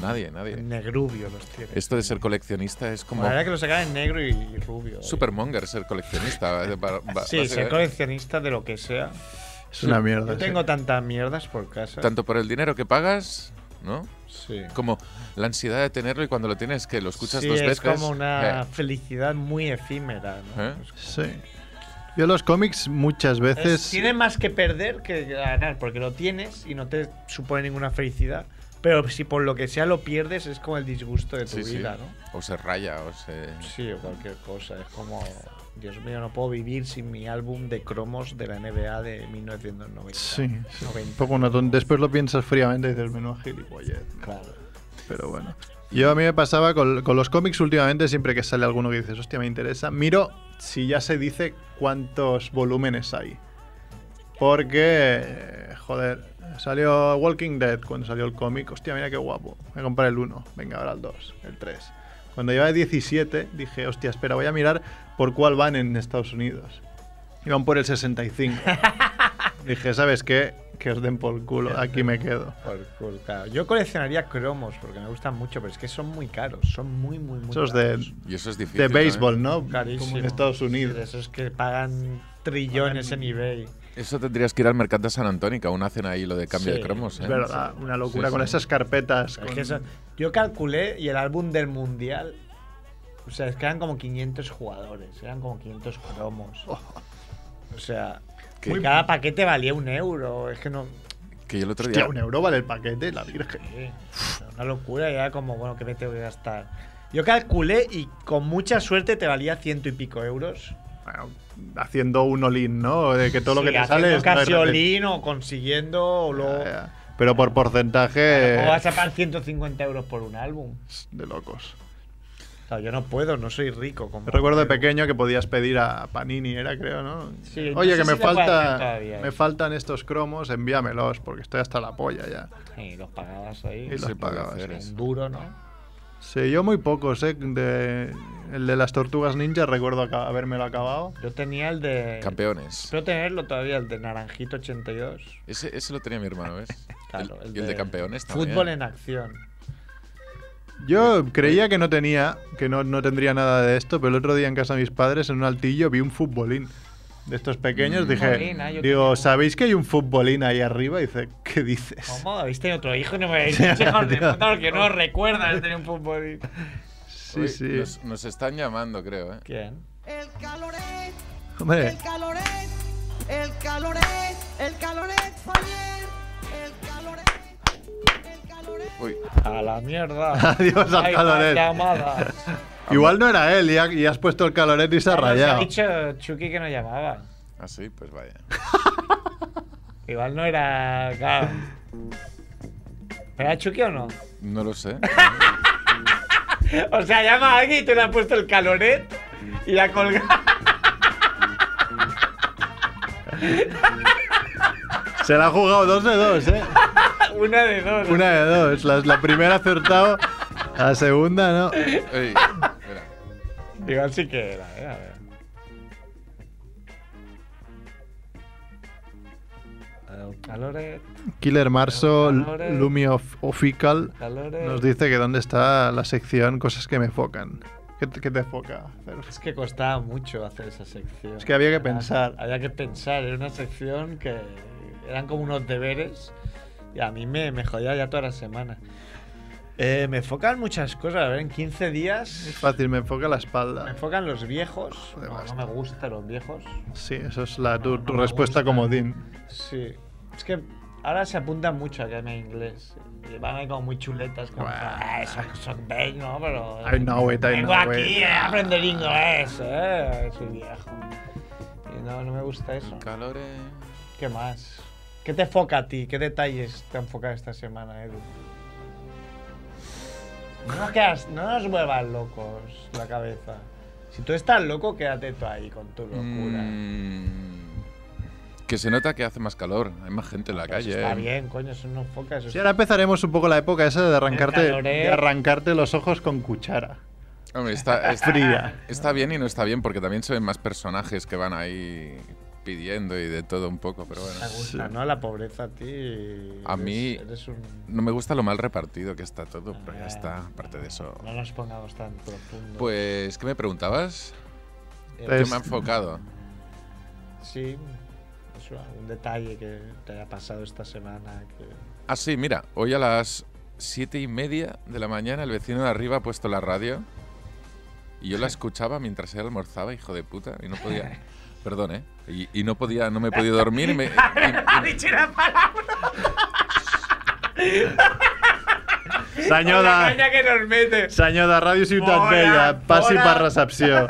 S2: Nadie,
S1: En
S2: nadie.
S1: negrubio los tiene.
S2: eh, Esto de ser coleccionista es como...
S1: La verdad que lo sacan en negro y, y rubio. eh.
S2: Supermonger ser
S1: [laughs]
S2: coleccionista. eh, ba- ba-
S1: Sí, ser
S2: básicamente.
S1: coleccionista de lo que sea.
S3: Es una mierda.
S1: Yo
S3: sí.
S1: tengo tantas mierdas por casa.
S2: tanto por el dinero que pagas, ¿no?
S1: Sí.
S2: Como la ansiedad de tenerlo y cuando lo tienes que lo escuchas
S1: Sí,
S2: dos
S1: es
S2: veces.
S1: como una
S2: eh,
S1: felicidad muy efímera. ¿no?
S2: ¿Eh?
S1: Es como-
S3: Sí. Yo los cómics muchas
S1: Es-
S3: veces.
S1: Tienes más que perder que ganar, porque lo tienes y no te supone ninguna felicidad. Pero si por lo que sea lo pierdes, es como el disgusto de tu
S2: sí, sí.
S1: vida, ¿no?
S2: O se raya, o se.
S1: Sí, o cualquier cosa. Es como, Dios mío, no puedo vivir sin mi álbum de cromos de la NBA de 1990.
S3: Sí, sí. Un
S1: 90.
S3: poco una ton- Después lo piensas fríamente y dices, menuda gilipollez.
S1: Claro.
S3: Pero bueno. Yo a mí me pasaba con, con los cómics últimamente, siempre que sale alguno que dices, hostia, me interesa, miro si ya se dice cuántos volúmenes hay. Porque, eh, joder, salió Walking Dead cuando salió el cómic, hostia, mira qué guapo. Voy a comprar el 1, venga, ahora el 2, el 3. Cuando llevaba 17, dije, hostia, espera, voy a mirar por cuál van en Estados Unidos. Iban por el 65. dije, ¿sabes qué? Que os den por culo, aquí me quedo.
S1: Por- por- claro. Yo coleccionaría cromos porque me gustan mucho, pero es que son muy caros. Son muy, muy, muy
S3: Esos de,
S1: caros.
S2: Y eso es difícil.
S3: de
S2: ¿no?
S3: béisbol, ¿no?
S1: Carísimo.
S3: Como en Estados
S1: Sí, de
S3: Unidos.
S1: esos que pagan trillones en eBay.
S2: Eso tendrías que ir al mercado de San Antonio, que aún hacen ahí lo de cambio
S1: Sí,
S2: de cromos. ¿eh?
S3: Es verdad, una locura
S2: Sí,
S3: con
S2: sí.
S3: esas carpetas.
S1: Es
S3: con-
S1: que eso- yo calculé y el álbum del mundial. O sea, es que eran como 500 jugadores, eran como 500 cromos.
S3: Oh.
S1: O sea,
S2: Que-
S1: muy- cada paquete valía un euro. Es que no.
S2: Que yo el otro
S3: Hostia,
S2: día.
S3: un euro vale el paquete, la virgen.
S1: eh, una locura. Y era como, bueno, ¿qué me tengo que gastar? Yo calculé y con mucha suerte te valía ciento y pico euros.
S3: Bueno, haciendo un olín, ¿no? De que todo lo
S1: Sí,
S3: que te
S1: haciendo
S3: sale es no
S1: casi
S3: RP.
S1: all-in o consiguiendo o luego.
S3: Pero por
S2: Eh.
S3: porcentaje
S1: ¿Cómo vas a pagar 150 euros por un álbum?
S3: de locos.
S1: O sea, yo no puedo, no soy rico. Como
S3: Recuerdo de pequeño que podías pedir a Panini, era creo, ¿no?
S1: Sí, no
S3: Oye,
S1: sé
S3: que
S1: si
S3: me
S1: se puede
S3: falta
S1: hacer todavía,
S3: me
S1: ¿eh?
S3: faltan estos cromos, envíamelos porque estoy hasta la polla ya.
S1: Sí, los pagabas ahí.
S3: Y los
S1: Sí,
S3: pagabas,
S1: puede ser,
S3: sí.
S1: Un duro, ¿no?
S3: Sí, yo muy pocos, ¿eh? De- el de las tortugas ninja recuerdo aca- habérmelo acabado.
S1: Yo tenía el de.
S2: Campeones.
S1: Espero tenerlo todavía, el de Naranjito 82.
S2: Ese, ese lo tenía mi hermano, ¿ves?
S1: Claro,
S2: el, y el de campeones también.
S1: Fútbol en acción.
S3: Yo creía que no tenía, que no, no tendría nada de esto, pero el otro día en casa de mis padres, en un altillo, vi un futbolín. De estos pequeños,
S1: Mm.
S3: dije,
S1: Futbolín, ah, yo tenía
S3: digo,
S1: uno.
S3: ¿sabéis que hay un futbolín ahí arriba? Y dice, ¿qué dices?
S1: ¿Cómo? ¿Viste otro hijo? y No me
S3: [laughs]
S1: habéis dicho, hijos de puta, porque no recuerda el tener un fútbol.
S3: Sí,
S2: Uy,
S3: sí.
S2: Nos, nos están llamando, creo, ¿eh?
S1: ¿Quién?
S16: El caloré,
S3: Hombre,
S16: el caloré, el caloré, el caloré, Javier, el caloré, el caloré.
S2: Uy,
S1: A la mierda.
S3: [laughs] Adiós al
S1: Hay
S3: Caloret.
S1: más llamadas.
S3: igual no era él y, ha- y has puesto el caloret y se ha
S1: Claro, se Ha
S3: rayado.
S1: dicho Chucky que no llamaba.
S2: ah, sí, pues vaya.
S1: Igual no era. Claro. ¿Era Chucky o no?
S2: No
S1: [laughs]
S2: lo sé.
S1: O sea, llama a alguien y tú le has puesto el caloret y ha colgado. [laughs]
S3: Se la ha jugado dos de dos, ¿eh?
S1: Una de dos.
S3: Una de dos. La, la primera ha acertado, la segunda no.
S2: Ey, espera.
S1: Igual sí que era, eh. A ver. El Caloret,
S3: Killer Marso,
S1: El Caloret.
S3: Lumio Of- Ofical,
S1: caloret.
S3: nos dice que dónde está la sección Cosas que me focan. ¿Qué te, qué te foca?
S1: Es que costaba mucho hacer esa sección.
S3: Es que había que
S1: Era-
S3: pensar.
S1: Había que pensar. Era una sección que eran como unos deberes y a mí me, me jodía ya toda la semana. Eh, me enfocan muchas cosas. A ver, en 15
S3: Es
S1: días
S3: fácil, me enfoca la
S1: me
S3: espalda.
S1: enfocan los viejos.
S3: Joder,
S1: No, no
S3: basta.
S1: me gustan los viejos.
S3: Sí, eso es la, tu,
S1: No, no
S3: tu
S1: me
S3: respuesta
S1: gusta.
S3: comodín.
S1: Sí. Es que ahora se apuntan mucho a que me inglés. Y van ahí como muy chuletas, como.
S3: Buah.
S1: "Ah, son, son bellos, ¿no? Pero.
S3: I know it, I
S1: Vengo
S3: know
S1: aquí
S3: it.
S1: a aprender inglés, ¿eh? Soy viejo. Y no, no me gusta eso.
S2: Calore.
S1: ¿Qué más? ¿Qué te enfoca a ti? ¿Qué detalles te enfoca esta semana, Edu? No nos, quedas- no nos vuelvas locos la cabeza. Si tú estás loco, quédate tú ahí con tu locura.
S2: Mm, que se nota que hace más calor. Hay más gente en la
S1: Pero si
S2: calle.
S1: Ah, pues Está
S2: ¿eh?
S1: bien, coño, eso no enfoca. Eso
S3: Sí, ahora empezaremos un poco la época esa de arrancarte,
S1: calor, ¿eh?
S3: de arrancarte los ojos con cuchara.
S2: Hombre,
S1: [laughs]
S2: está, está-
S3: Fría.
S2: está bien y no está bien porque también se ven más personajes que van ahí pidiendo y de todo un poco, pero bueno.
S1: Me gusta, ¿no? La pobreza a ti.
S2: A mí-
S1: eres un-
S2: No me gusta lo mal repartido que está todo, pero ya
S1: Ah,
S2: está, aparte de eso.
S1: No nos pongamos tan Eh, profundo.
S2: Pues, ¿qué me preguntabas?
S1: Eh,
S2: ¿Qué
S3: Es-
S2: me ha enfocado?
S1: Sí, eso, algún detalle que te haya pasado esta semana. que-
S2: Ah, sí, mira, hoy a las siete y media de la mañana el vecino de arriba ha puesto la radio
S1: [laughs]
S2: y yo la escuchaba mientras él almorzaba, hijo de puta, y no podía. Perdón, ¿eh? Y, y no podía, no me podía dormir
S1: [laughs]
S2: y me. y-
S1: ¡Ha dicho una palabra! La
S3: Sanyoda,
S1: caña que nos mete!
S3: Sanyoda, Radio Ciutat
S1: Mola,
S3: Bella, passi
S1: mola.
S3: per recepció.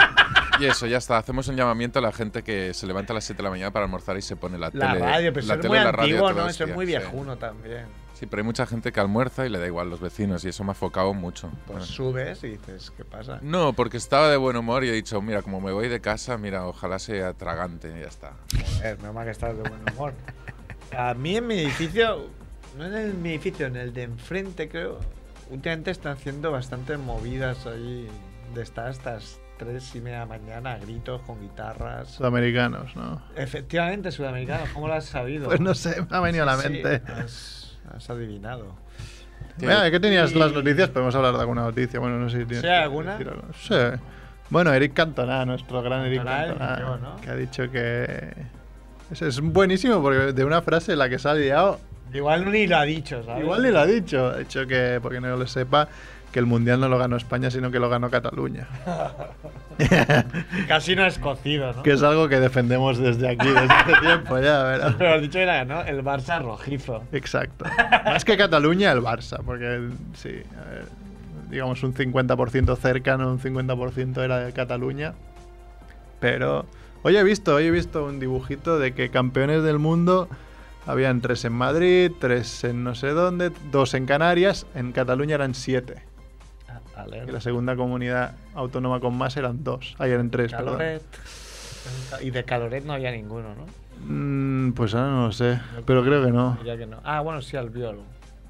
S2: Y eso, ya está. Hacemos un llamamiento a la gente que se levanta a las 7 de la mañana para almorzar y se pone la,
S1: La
S2: tele.
S1: radio, pero eso
S2: la
S1: es
S2: tele
S1: muy
S2: y la radio
S1: antiguo,
S2: todos
S1: ¿no?
S2: los
S1: Eso es
S2: días,
S1: muy
S2: sí.
S1: viejuno también.
S2: Sí. pero hay mucha gente que almuerza y le da igual los vecinos y eso me ha focado mucho.
S1: Pues subes y dices, ¿qué pasa?
S2: No, porque estaba de buen humor y he dicho, mira, como me voy de casa, mira, ojalá sea tragante y ya está.
S1: Joder, menos mal que estás de buen humor. A mí en mi edificio, no en el- mi edificio, en el de enfrente creo, últimamente están haciendo bastantes movidas ahí de estar hasta las 3 y media de la mañana, a gritos con guitarras.
S3: Sudamericanos, ¿no?
S1: Efectivamente, sudamericano, ¿cómo lo has sabido?
S3: Pues no sé, me ha venido a la
S1: Sí,
S3: mente.
S1: has, has adivinado.
S3: Mira, ¿qué tenías
S1: Y-
S3: las noticias? Podemos hablar de alguna noticia. Bueno, no sé si tienes.
S1: ¿Sí,
S3: que
S1: alguna?
S3: decir algo. Sí. Bueno, Eric Cantona, nuestro gran Eric
S1: Cantona, el
S3: Cantona,
S1: mío, ¿no?
S3: que ha dicho que. Es, es buenísimo porque de una frase en la que se ha liado,
S1: Igual ni lo ha dicho, ¿sabes?
S3: igual ni lo ha dicho. Ha dicho que, porque no lo sepa, que el mundial no lo ganó España, sino que lo
S1: [laughs]
S3: ganó Cataluña. [laughs]
S1: Casi no es cocido, ¿no?
S3: que es algo que defendemos desde aquí,
S1: [laughs]
S3: desde hace tiempo ya, ¿verdad?
S1: Pero has dicho que era, ¿no? El Barça rojizo.
S3: Exacto. Más que Cataluña, el Barça, porque sí, a ver, digamos, un 50% cercano, un 50% era de Cataluña. Pero hoy he visto, hoy he visto un dibujito de que campeones del mundo habían tres en Madrid, tres en no sé dónde, dos en Canarias, en Cataluña eran siete. Y la segunda comunidad autónoma con más eran dos. Ahí eran tres,
S1: Caloret. Y de Caloret no había ninguno, ¿no?
S3: perdón. Mm, pues ahora no lo sé, pero creo que no.
S1: Diría que no. Ah, bueno, sí, al viol.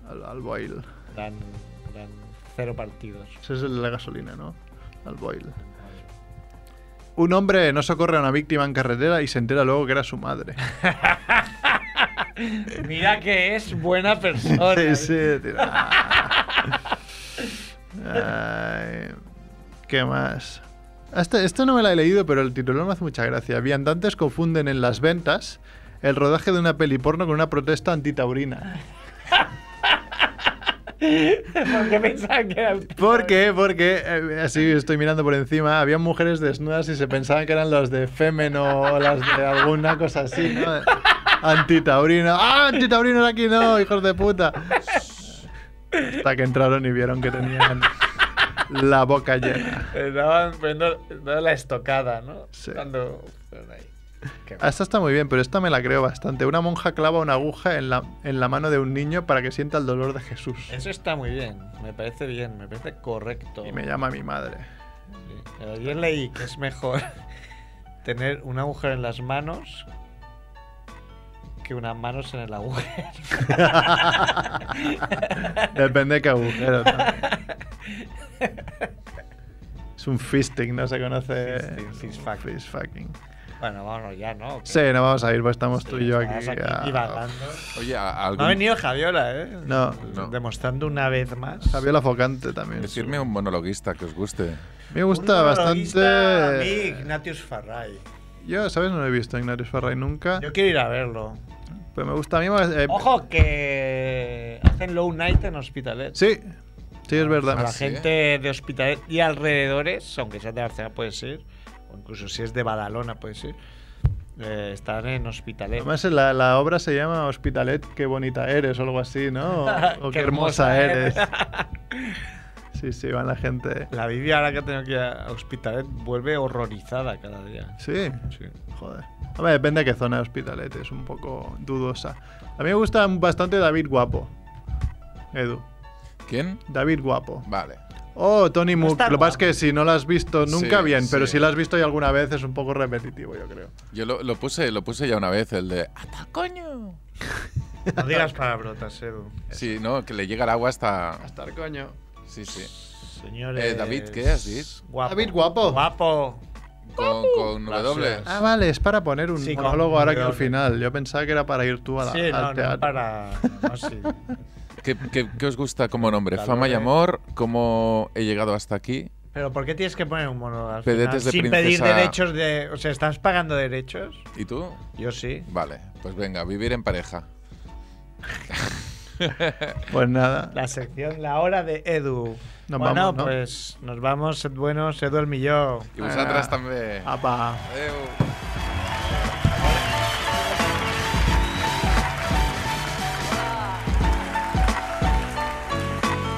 S3: Al, al boil.
S1: Dan, dan cero partidos.
S3: Ese es el de la gasolina, ¿no? Al boil. Un hombre no socorre a una víctima en carretera y se entera luego que era su madre.
S1: Mira que es buena persona.
S3: [laughs] Sí, sí, tío. Ay, ¿Qué más? Esta, esta no me la he leído, pero el titular me hace mucha gracia. Viandantes confunden en las ventas el rodaje de una peli porno con una protesta antitaurina.
S1: [laughs] Porque pensaban que era...
S3: ¿Por qué? Porque, eh, así estoy mirando por encima, había mujeres desnudas y se pensaban que eran los de Femen o las de alguna cosa así, ¿no? Antitaurino. ¡Ah, antitaurino era aquí! ¡No, hijos de puta! Hasta que entraron y vieron que tenían la boca llena.
S1: Eh, Estaban poniendo dando la estocada, ¿no?
S3: Sí.
S1: Cuando... fueron ahí. Qué
S3: Ah, Esta está muy bien, pero esta me la creo bastante. Una monja clava una aguja en la, en la mano de un niño para que sienta el dolor de Jesús.
S1: Eso está muy bien, me parece bien, me parece correcto.
S3: Y me llama mi madre. [laughs]
S1: Pero yo leí que es mejor [laughs] tener un agujero en las manos que unas manos en el agujero.
S3: Depende de qué agujero. también. Es un fisting, no se conoce.
S1: Fisting, fist fucking.
S3: Fist fucking.
S1: [laughs] Bueno, vámonos ya, ¿no?
S3: Sí, no vamos a ir, pues estamos tú y yo aquí.
S1: Estás aquí
S3: ya.
S1: divagando.
S2: Oye, a- a
S1: No ha
S2: algún,
S1: venido Javiola, ¿eh?
S3: No,
S2: No.
S1: Demostrando una vez más.
S3: Fabiola Focante también.
S2: decirme un monologuista que os guste.
S3: Me gusta bastante.
S1: Ignatius Farray.
S3: Yo, ¿sabes? No lo he visto a Ignatius Farray nunca.
S1: Yo quiero ir a verlo.
S3: Pero me gusta a mí más. eh,
S1: Ojo que hacen Low Night en Hospitalet.
S3: Sí, sí, es verdad.
S1: A la
S3: Ah, Sí.
S1: gente de Hospitalet y alrededores, aunque sea de Barcelona puedes ir, o incluso si es de Badalona puedes ir, eh, están en Hospitalet. [laughs]
S3: Además, la, la obra se llama Hospitalet, qué bonita eres, o algo
S1: [laughs]
S3: así, ¿no? O, o oh, qué hermosa
S1: ¿eh?
S3: eres. Sí, sí, van la gente.
S1: La Vivi ahora que ha tenido que ir a Hospitalet vuelve horrorizada cada día.
S3: Sí,
S1: Sí.
S3: joder. Hombre, depende de qué zona de Hospitalet, es un poco dudosa. A mí me gusta bastante David Guapo. Edu,
S2: ¿Quién?
S3: David Guapo.
S2: Vale.
S3: Oh, Tony Mook.
S1: está
S3: Lo que pasa es
S1: guapo.
S3: que si no lo has visto nunca,
S2: Sí,
S3: bien, pero
S2: sí.
S3: si lo has visto ya alguna vez es un poco repetitivo, yo creo.
S2: Yo lo, lo puse, lo puse ya una vez, el de ¡Hasta coño!
S1: No digas palabrotas, Edu.
S2: Sí, no, que le llega el agua hasta.
S3: Hasta el coño.
S2: Sí, sí.
S1: Señores.
S2: Eh, David, ¿qué has dicho?
S1: Guapo.
S3: David Guapo.
S1: Guapo.
S2: Con, con W.
S3: Ah, vale, es para poner un
S1: Sí, con-
S3: monólogo ahora que al
S1: creo que-
S3: final. Yo pensaba que era para ir tú a la,
S1: Sí,
S3: al
S1: no,
S3: teatro.
S1: no, para. No, sí.
S2: ¿Qué, qué, qué os gusta como nombre?
S1: Valores.
S2: Fama y amor, ¿cómo he llegado hasta aquí?
S1: Pero ¿por qué tienes que poner un mono al
S2: Pedetes
S1: final?
S2: de
S1: Sin pedir
S2: princesa.
S1: derechos de. O sea, ¿estás pagando derechos?
S2: ¿Y tú?
S1: Yo sí.
S2: Vale, pues venga, vivir en pareja.
S3: Pues nada.
S1: La sección, la hora de Edu.
S3: Nos
S1: bueno,
S3: vamos, ¿no?
S1: pues nos vamos, sed buenos, Edu el millón.
S2: Y vosotras
S3: Ah.
S2: también.
S3: Apa.
S2: Adeu.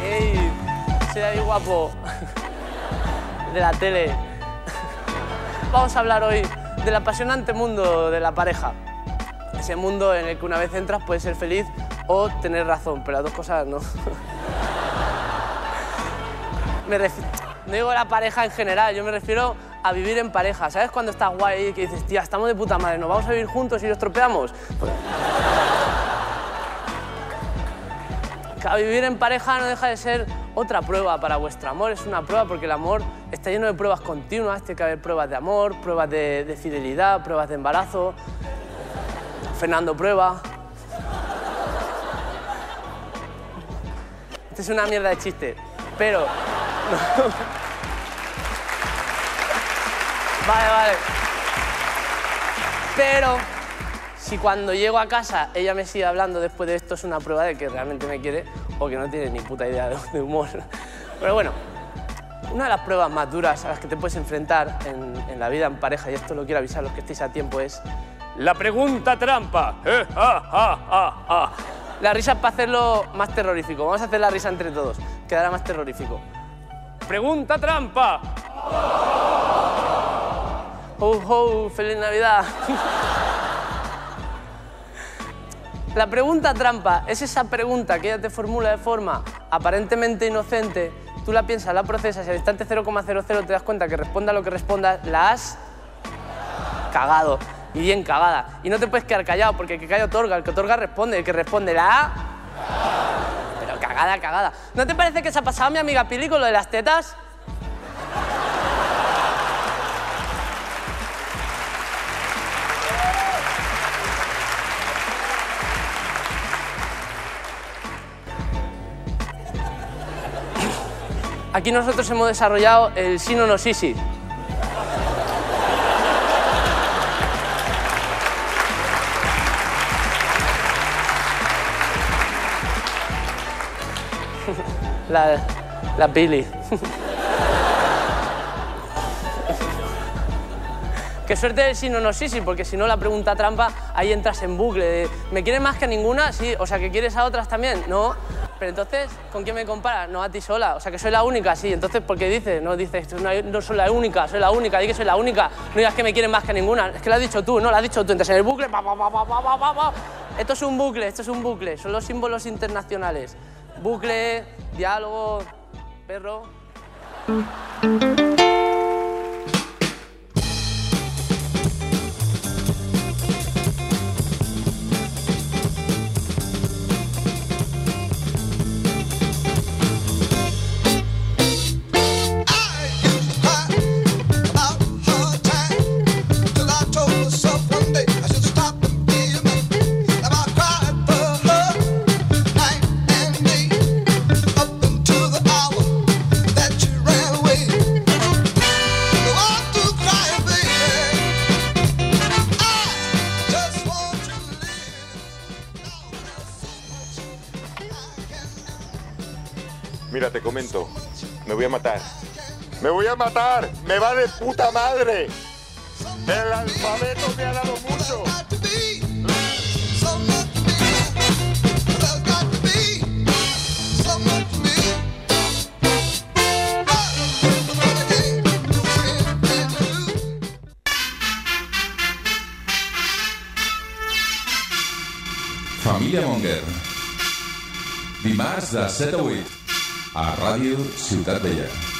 S6: ¡Ey! Soy David Guapo, de la tele. Vamos a hablar hoy del apasionante mundo de la pareja. Ese mundo en el que una vez entras puedes ser feliz o tener razón, pero las dos cosas no. Me ref- no digo la pareja en general, yo me refiero a vivir en pareja. ¿Sabes cuando estás guay y que dices, tía, estamos de puta madre, nos vamos a vivir juntos y nos tropeamos? Claro, vivir en pareja no deja de ser otra prueba para vuestro amor. Es una prueba porque el amor está lleno de pruebas continuas. Tiene que haber pruebas de amor, pruebas de, de fidelidad, pruebas de embarazo. Fernando prueba. Este es una mierda de chiste, pero... [laughs] vale, vale. Pero si cuando llego a casa ella me sigue hablando después de esto es una prueba de que realmente me quiere o que no tiene ni puta idea de, de humor. Pero bueno, una de las pruebas más duras a las que te puedes enfrentar en, en la vida en pareja, y esto lo quiero avisar a los que estéis a tiempo, es la pregunta trampa. Eh, ah, ah, ah, ah. La risa es para hacerlo más terrorífico. Vamos a hacer la risa entre todos. Quedará más terrorífico. Pregunta trampa. Oh, oh, feliz Navidad. La pregunta trampa es esa pregunta que ella te formula de forma aparentemente inocente. Tú la piensas, la procesas y al instante 0,00 te das cuenta que responda lo que responda, la has cagado. Y bien cagada. Y no te puedes quedar callado porque el que calla otorga, el que otorga responde, el que responde la ha. Pero cagada, cagada. ¿No te parece que se ha pasado mi amiga Pili con lo de las tetas? Aquí nosotros hemos desarrollado el sino no sisi. [laughs] La, la Billy. Qué suerte del sino no sisi, porque si no la pregunta trampa, ahí entras en bucle. de, ¿Me quieres más que a ninguna? Sí. O sea, ¿que quieres a otras también? No. Pero entonces, ¿con quién me comparas? No, a ti sola. O sea, que soy la única, sí. Entonces, ¿por qué dices? No dices, "Tú no, no soy la única, soy la única, di que soy la única. No digas que me quieren más que ninguna. Es que lo has dicho tú, no, lo has dicho tú. Entras en el bucle, pa, pa, pa, pa, pa, pa, pa, pa. Esto es un bucle, esto es un bucle. Son los símbolos internacionales. Bucle, diálogo, perro.
S16: Mira, te comento. Me voy a matar. ¡Me voy a matar! ¡Me va de puta madre! El alfabeto me ha dado mucho.
S4: Família Monger. Dimarts de 7 a 8 a Ràdio Ciutat Vella.